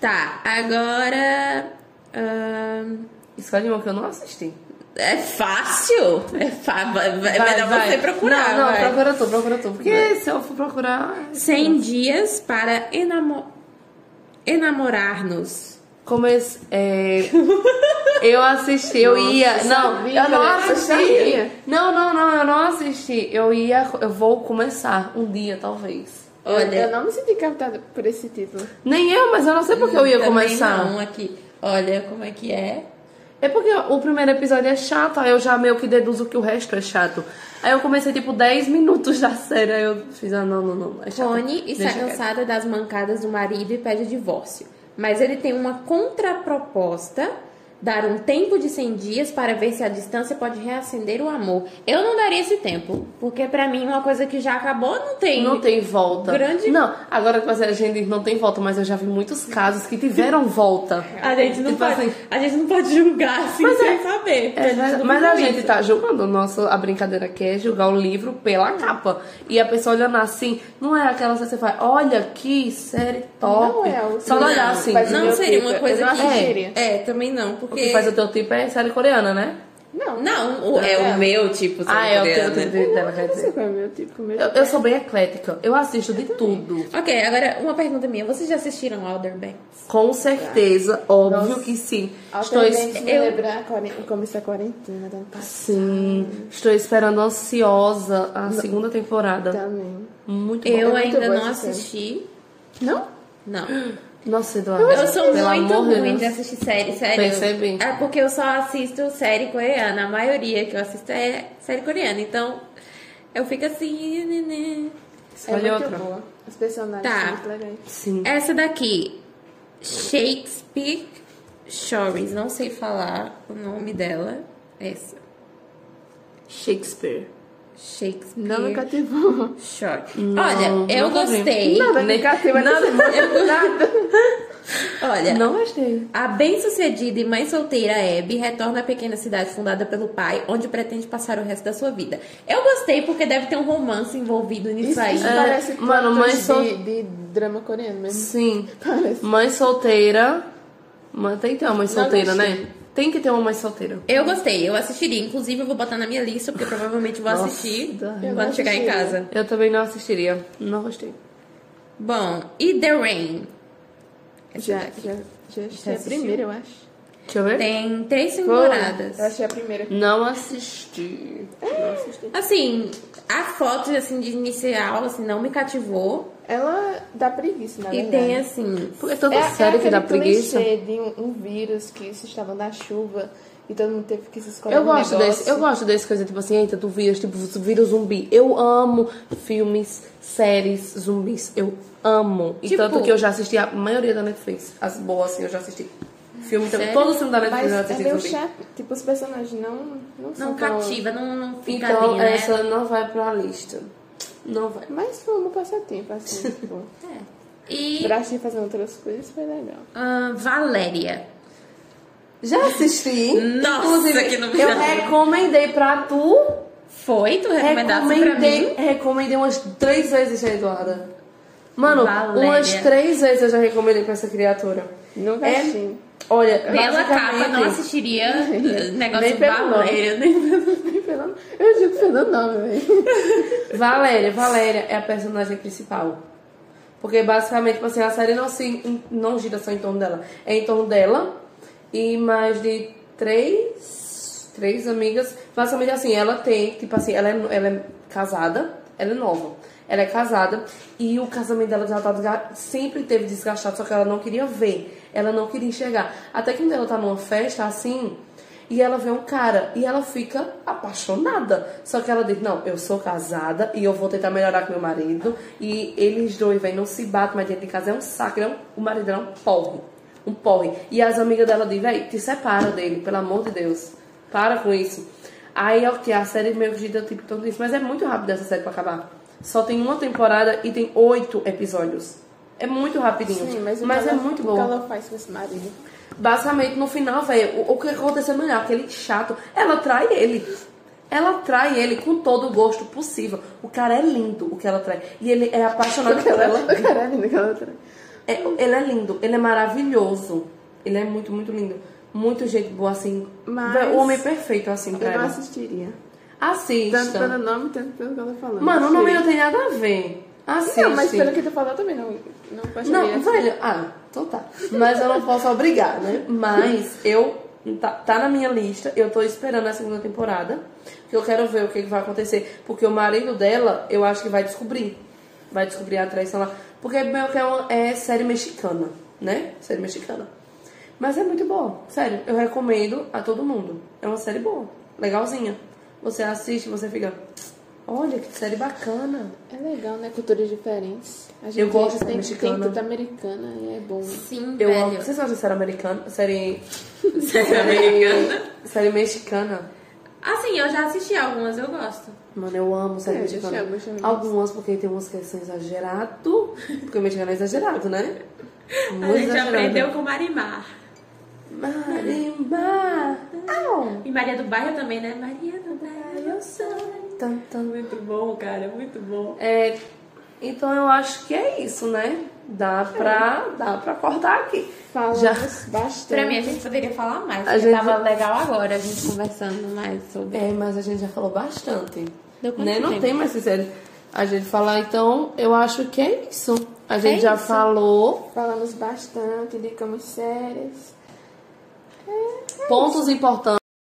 [SPEAKER 2] Tá, agora. ahn,
[SPEAKER 3] Escolhe uma que eu não assisti.
[SPEAKER 2] É fácil? É, fa... vai- vai- é
[SPEAKER 3] Vai,
[SPEAKER 2] melhor
[SPEAKER 3] vai.
[SPEAKER 2] você procurar.
[SPEAKER 3] Não, não,
[SPEAKER 2] vai. É.
[SPEAKER 3] procura tu, procura tu. Porque se eu for procurar.
[SPEAKER 2] 100 dias para enamo... enamorar-nos.
[SPEAKER 3] Comece... É... eu assisti, eu ia. Não,
[SPEAKER 1] sabia,
[SPEAKER 3] eu não
[SPEAKER 1] né? Eu
[SPEAKER 3] assisti.
[SPEAKER 1] sabia.
[SPEAKER 3] Não, não, não, eu não assisti. Eu ia. Eu vou começar um dia, talvez.
[SPEAKER 1] Eu,
[SPEAKER 2] Olha,
[SPEAKER 1] eu não me senti captada por esse título.
[SPEAKER 3] Nem eu, mas eu não sei porque eu ia
[SPEAKER 2] também
[SPEAKER 3] começar.
[SPEAKER 2] não aqui. Olha como é que é.
[SPEAKER 3] É porque o primeiro episódio é chato, aí eu já meio que deduzo que o resto é chato. Aí eu comecei tipo 10 minutos da série, aí eu fiz, ah, não, não, não. É chato.
[SPEAKER 2] Tony está
[SPEAKER 3] Deixa quieto.
[SPEAKER 2] cansada das mancadas do marido e pede o divórcio. Mas ele tem uma contraproposta Dar um tempo de 100 dias para ver se a distância pode reacender o amor. Eu não daria esse tempo, porque pra mim é uma coisa que já acabou não tem.
[SPEAKER 3] Não tem volta.
[SPEAKER 2] Grande-
[SPEAKER 3] Não, agora que você a gente não tem volta, mas eu já vi muitos casos que tiveram volta.
[SPEAKER 2] A gente não
[SPEAKER 3] Tipo
[SPEAKER 2] pode,
[SPEAKER 3] assim,
[SPEAKER 2] a gente não pode julgar assim sem saber. porque
[SPEAKER 3] É,
[SPEAKER 2] a gente
[SPEAKER 3] mas
[SPEAKER 2] não
[SPEAKER 3] mas a
[SPEAKER 2] vive
[SPEAKER 3] gente
[SPEAKER 2] isso.
[SPEAKER 3] tá julgando. Nossa, a brincadeira aqui é julgar o livro pela
[SPEAKER 2] É.
[SPEAKER 3] capa. E a pessoa olhando assim, não é aquela que você faz, olha que série
[SPEAKER 1] Não
[SPEAKER 3] top.
[SPEAKER 1] é o-
[SPEAKER 3] Só de
[SPEAKER 1] Não,
[SPEAKER 3] olhar assim.
[SPEAKER 1] faz
[SPEAKER 3] Não,
[SPEAKER 1] o
[SPEAKER 2] Não
[SPEAKER 1] meu
[SPEAKER 2] seria uma
[SPEAKER 1] tipo,
[SPEAKER 2] coisa
[SPEAKER 1] eu não
[SPEAKER 2] que
[SPEAKER 1] assistiria.
[SPEAKER 2] É, também não,
[SPEAKER 3] O
[SPEAKER 2] porque
[SPEAKER 3] que faz o teu tipo é série coreana, né?
[SPEAKER 1] Não.
[SPEAKER 4] Não, o- é o meu tipo. sabe,
[SPEAKER 3] Ah, é o teu
[SPEAKER 4] coreano, né?
[SPEAKER 3] tipo dela, quer
[SPEAKER 1] Eu não
[SPEAKER 3] dizer.
[SPEAKER 1] sei qual é o meu tipo. Meu
[SPEAKER 3] Eu, eu sou bem eclética. Eu assisto de tudo.
[SPEAKER 2] Ok, agora uma pergunta minha. Vocês já assistiram Outer Banks?
[SPEAKER 3] Com certeza, óbvio
[SPEAKER 1] Nossa.
[SPEAKER 3] que sim. Estou,
[SPEAKER 1] Altamente me
[SPEAKER 3] eu-
[SPEAKER 1] lembrar a quarenta- como essa quarentena tá do ano passado
[SPEAKER 2] Hum.
[SPEAKER 3] sim, estou esperando ansiosa a segunda temporada.
[SPEAKER 1] também.
[SPEAKER 3] Muito bom.
[SPEAKER 2] Tá. Eu
[SPEAKER 1] muito
[SPEAKER 2] ainda
[SPEAKER 1] boa
[SPEAKER 2] não
[SPEAKER 1] essa série.
[SPEAKER 2] assisti.
[SPEAKER 1] Não?
[SPEAKER 2] Não.
[SPEAKER 3] Nossa, Eduardo.
[SPEAKER 2] Eu sou
[SPEAKER 3] pelo
[SPEAKER 2] muito
[SPEAKER 3] amor de
[SPEAKER 2] ruim de
[SPEAKER 3] Deus.
[SPEAKER 2] assistir série, sério.
[SPEAKER 3] Percebi.
[SPEAKER 2] É porque eu só assisto série coreana. A maioria que eu assisto é série coreana. Então, eu fico assim... né, né.
[SPEAKER 1] é
[SPEAKER 3] Olha
[SPEAKER 1] muito
[SPEAKER 3] outra.
[SPEAKER 1] boa. Os personagens
[SPEAKER 2] Tá.
[SPEAKER 1] são muito legais.
[SPEAKER 3] Sim.
[SPEAKER 2] Essa daqui. Shakespeare Shores. Não sei falar o nome dela. Essa.
[SPEAKER 3] Shakespeare.
[SPEAKER 2] Shakespeare
[SPEAKER 1] Não me cativou.
[SPEAKER 2] Shore. Olha, eu
[SPEAKER 3] nunca vi.
[SPEAKER 2] gostei.
[SPEAKER 1] Nada negativa. Nada.
[SPEAKER 2] Olha,
[SPEAKER 3] Não gostei.
[SPEAKER 2] A bem-sucedida e mãe solteira Abby retorna à pequena cidade fundada pelo pai, onde pretende passar o resto da sua vida. Eu gostei porque deve ter um romance envolvido nisso
[SPEAKER 1] Isso,
[SPEAKER 2] aí. Ah,
[SPEAKER 1] isso
[SPEAKER 3] É,
[SPEAKER 1] parece
[SPEAKER 3] mano,
[SPEAKER 1] mano,
[SPEAKER 3] mas
[SPEAKER 1] de,
[SPEAKER 3] só-
[SPEAKER 1] de drama coreano mesmo.
[SPEAKER 3] Sim.
[SPEAKER 1] Parece.
[SPEAKER 3] Mãe solteira. Mãe, tem que ter uma mãe solteira,
[SPEAKER 1] gostei.
[SPEAKER 3] né? Tem que ter uma mãe solteira.
[SPEAKER 2] Eu gostei, eu assistiria. Inclusive, eu vou botar na minha lista, porque provavelmente vou
[SPEAKER 3] Nossa,
[SPEAKER 2] assistir
[SPEAKER 3] eu
[SPEAKER 2] quando
[SPEAKER 1] não
[SPEAKER 2] chegar em
[SPEAKER 1] assistiria.
[SPEAKER 2] casa.
[SPEAKER 3] Eu também não assistiria. Não gostei.
[SPEAKER 2] Bom, e The Rain? Essa
[SPEAKER 1] Já,
[SPEAKER 2] daqui.
[SPEAKER 1] já, já achei a
[SPEAKER 2] assistiu?
[SPEAKER 1] primeira, eu acho.
[SPEAKER 3] Deixa eu ver.
[SPEAKER 2] Tem três
[SPEAKER 1] Foi.
[SPEAKER 2] temporadas.
[SPEAKER 1] Eu achei a primeira. É,
[SPEAKER 3] Não assisti. Não assisti.
[SPEAKER 2] Assim, a foto assim, de inicial assim, não me cativou.
[SPEAKER 1] Ela dá preguiça, na
[SPEAKER 2] E
[SPEAKER 1] É verdade.
[SPEAKER 2] tem assim.
[SPEAKER 3] Porque é tanta série que
[SPEAKER 1] aquele
[SPEAKER 3] dá preguiça.
[SPEAKER 1] clichê de um, um vírus que se estava na chuva e todo mundo teve que se esconder
[SPEAKER 3] Eu
[SPEAKER 1] no
[SPEAKER 3] gosto
[SPEAKER 1] negócio.
[SPEAKER 3] desse, eu gosto desse coisa, tipo assim, eita, tu vias, tipo, tu vira um zumbi. Eu amo filmes, séries, zumbis. Eu amo. E
[SPEAKER 2] Tipo-
[SPEAKER 3] tanto que eu já assisti a maioria da Netflix. As boas, assim, eu já assisti. Filme também.
[SPEAKER 2] Sério?
[SPEAKER 3] Todo filme da
[SPEAKER 1] Mas
[SPEAKER 3] Netflix eu já
[SPEAKER 1] é
[SPEAKER 3] assisti
[SPEAKER 1] meio
[SPEAKER 3] zumbi.
[SPEAKER 1] chato. Tipo, os personagens não, não,
[SPEAKER 2] Não
[SPEAKER 1] são tão-
[SPEAKER 2] cativa, não, não fica
[SPEAKER 3] Então,
[SPEAKER 2] ali, né?
[SPEAKER 3] essa não vai pra lista. Não vai.
[SPEAKER 1] Mas foi um passatempo, assim, tipo.
[SPEAKER 2] É. E
[SPEAKER 1] Brasil fazendo outras coisas foi legal.
[SPEAKER 2] ahn, Valéria.
[SPEAKER 3] Já assisti.
[SPEAKER 2] Nossa,
[SPEAKER 3] Inclusive,
[SPEAKER 2] que não-
[SPEAKER 3] Eu recomendei pra tu.
[SPEAKER 2] Foi? Tu recomendasse pra
[SPEAKER 3] Recomendei,
[SPEAKER 2] mim?
[SPEAKER 3] recomendei umas três vezes já, Eduarda. Mano,
[SPEAKER 2] Valéria.
[SPEAKER 3] umas três vezes eu já recomendei pra essa criatura.
[SPEAKER 1] Nunca
[SPEAKER 3] É-
[SPEAKER 1] achei.
[SPEAKER 3] Olha,
[SPEAKER 2] Pela capa,
[SPEAKER 3] basicamente-
[SPEAKER 2] não assistiria eh,
[SPEAKER 3] Uhum.
[SPEAKER 2] negócio
[SPEAKER 1] Nem pelo
[SPEAKER 2] Valéria. Nem...
[SPEAKER 1] Fernando- Eu digo Fernando nome, velho.
[SPEAKER 3] Valéria, Valéria é a personagem principal. Porque basicamente, tipo assim, a série não, se, não gira só em torno dela. É em torno dela e mais de três, três amigas. Basicamente assim, ela tem, tipo assim, ela é, ela é casada, ela é nova. Ela é casada e o casamento dela já tá desga- sempre teve desgastado, só que ela não queria ver. Ela não queria enxergar. Até que quando ela tá numa festa, assim, E ela vê um cara e ela fica apaixonada. Só que ela diz: Não, eu sou casada e eu vou tentar melhorar com meu marido. E eles dois, velho, não se batem, mas dentro de casa é um saco. ele é um- o marido é um porre. Um porre. E as amigas dela dizem: Véi, te separa dele, pelo amor de Deus. Para com isso. Aí é o que? A série meio que gira tipo tudo isso. Mas é muito rápido essa série pra acabar. Só tem uma temporada e tem oito episódios. É muito rapidinho.
[SPEAKER 1] Sim, mas, o
[SPEAKER 3] mas
[SPEAKER 1] que
[SPEAKER 3] é
[SPEAKER 1] ela-
[SPEAKER 3] muito
[SPEAKER 1] O
[SPEAKER 3] bom.
[SPEAKER 1] que ela faz com esse marido?
[SPEAKER 3] Basicamente, no final, velho, o, o que aconteceu melhor, aquele chato, ela trai ele. Ela trai ele com todo o gosto possível. O cara é lindo, o que ela trai. E ele é apaixonado por ela.
[SPEAKER 1] O cara é lindo, aquela outra.
[SPEAKER 3] É, ele é lindo, ele é maravilhoso. Ele é muito, muito lindo. Muito gente boa, assim.
[SPEAKER 1] Mas-
[SPEAKER 3] Véi, O homem perfeito, assim, pra
[SPEAKER 1] Eu não
[SPEAKER 3] ela.
[SPEAKER 1] assistiria. Tanto pelo
[SPEAKER 3] Assista.
[SPEAKER 1] nome, tanto pelo que ela falou.
[SPEAKER 3] tá. Mano, o nome é não
[SPEAKER 1] Assistiria.
[SPEAKER 3] tem nada a ver. Assiste.
[SPEAKER 1] Não, mas pelo que tu falou, eu também não, não apaixonaria.
[SPEAKER 3] Não, velho, ah, então tá. Mas eu não posso obrigar, né? Mas eu. Tá, tá na minha lista, eu tô esperando a segunda temporada. Que eu quero ver o que, que vai acontecer. Porque o marido dela, eu acho que vai descobrir. Vai descobrir a traição lá. Porque meio que é, uma, é série mexicana, né? Série mexicana. Mas é muito boa, sério. Eu recomendo a todo mundo. É uma série boa, legalzinha. Você assiste, você fica. Olha, que série bacana.
[SPEAKER 1] É legal, né? Culturas diferentes. A gente tem,
[SPEAKER 3] gosto de
[SPEAKER 1] tem
[SPEAKER 3] mexicana.
[SPEAKER 1] tudo americana e é bom.
[SPEAKER 2] Sim,
[SPEAKER 3] Eu amo.
[SPEAKER 2] velho.
[SPEAKER 3] Vocês gostam de série americana? Série.
[SPEAKER 2] Série americana.
[SPEAKER 3] Série mexicana?
[SPEAKER 2] Assim, eu já assisti algumas, eu gosto.
[SPEAKER 3] Mano, eu amo série
[SPEAKER 1] É, eu já
[SPEAKER 3] mexicana.
[SPEAKER 1] chamo, eu chamo isso.
[SPEAKER 3] Algumas, porque tem umas que são exagerado. Porque o mexicano é exagerado, né?
[SPEAKER 2] A gente aprendeu com Marimar.
[SPEAKER 3] Marimba! Au!
[SPEAKER 2] E Maria do Bairro também, né? Maria do Bairro, eu sou.
[SPEAKER 3] Tan, tan.
[SPEAKER 2] Muito bom, cara, muito bom.
[SPEAKER 3] É, então eu acho que é isso, né? Dá pra, dá pra cortar aqui.
[SPEAKER 1] Falamos
[SPEAKER 3] Já-
[SPEAKER 1] bastante.
[SPEAKER 2] Pra mim, a gente poderia falar mais.
[SPEAKER 3] A
[SPEAKER 2] porque
[SPEAKER 3] gente-
[SPEAKER 2] Tava legal agora a gente conversando mais sobre.
[SPEAKER 3] É, mas a gente já falou bastante.
[SPEAKER 2] Deu quanto
[SPEAKER 3] Né? Não
[SPEAKER 2] tempo?
[SPEAKER 3] tem mais sério. A gente falar, então, eu acho que é isso. A gente
[SPEAKER 2] É
[SPEAKER 3] já
[SPEAKER 2] isso.
[SPEAKER 3] falou
[SPEAKER 1] Falamos bastante, indicamos séries.
[SPEAKER 3] pontos importantes.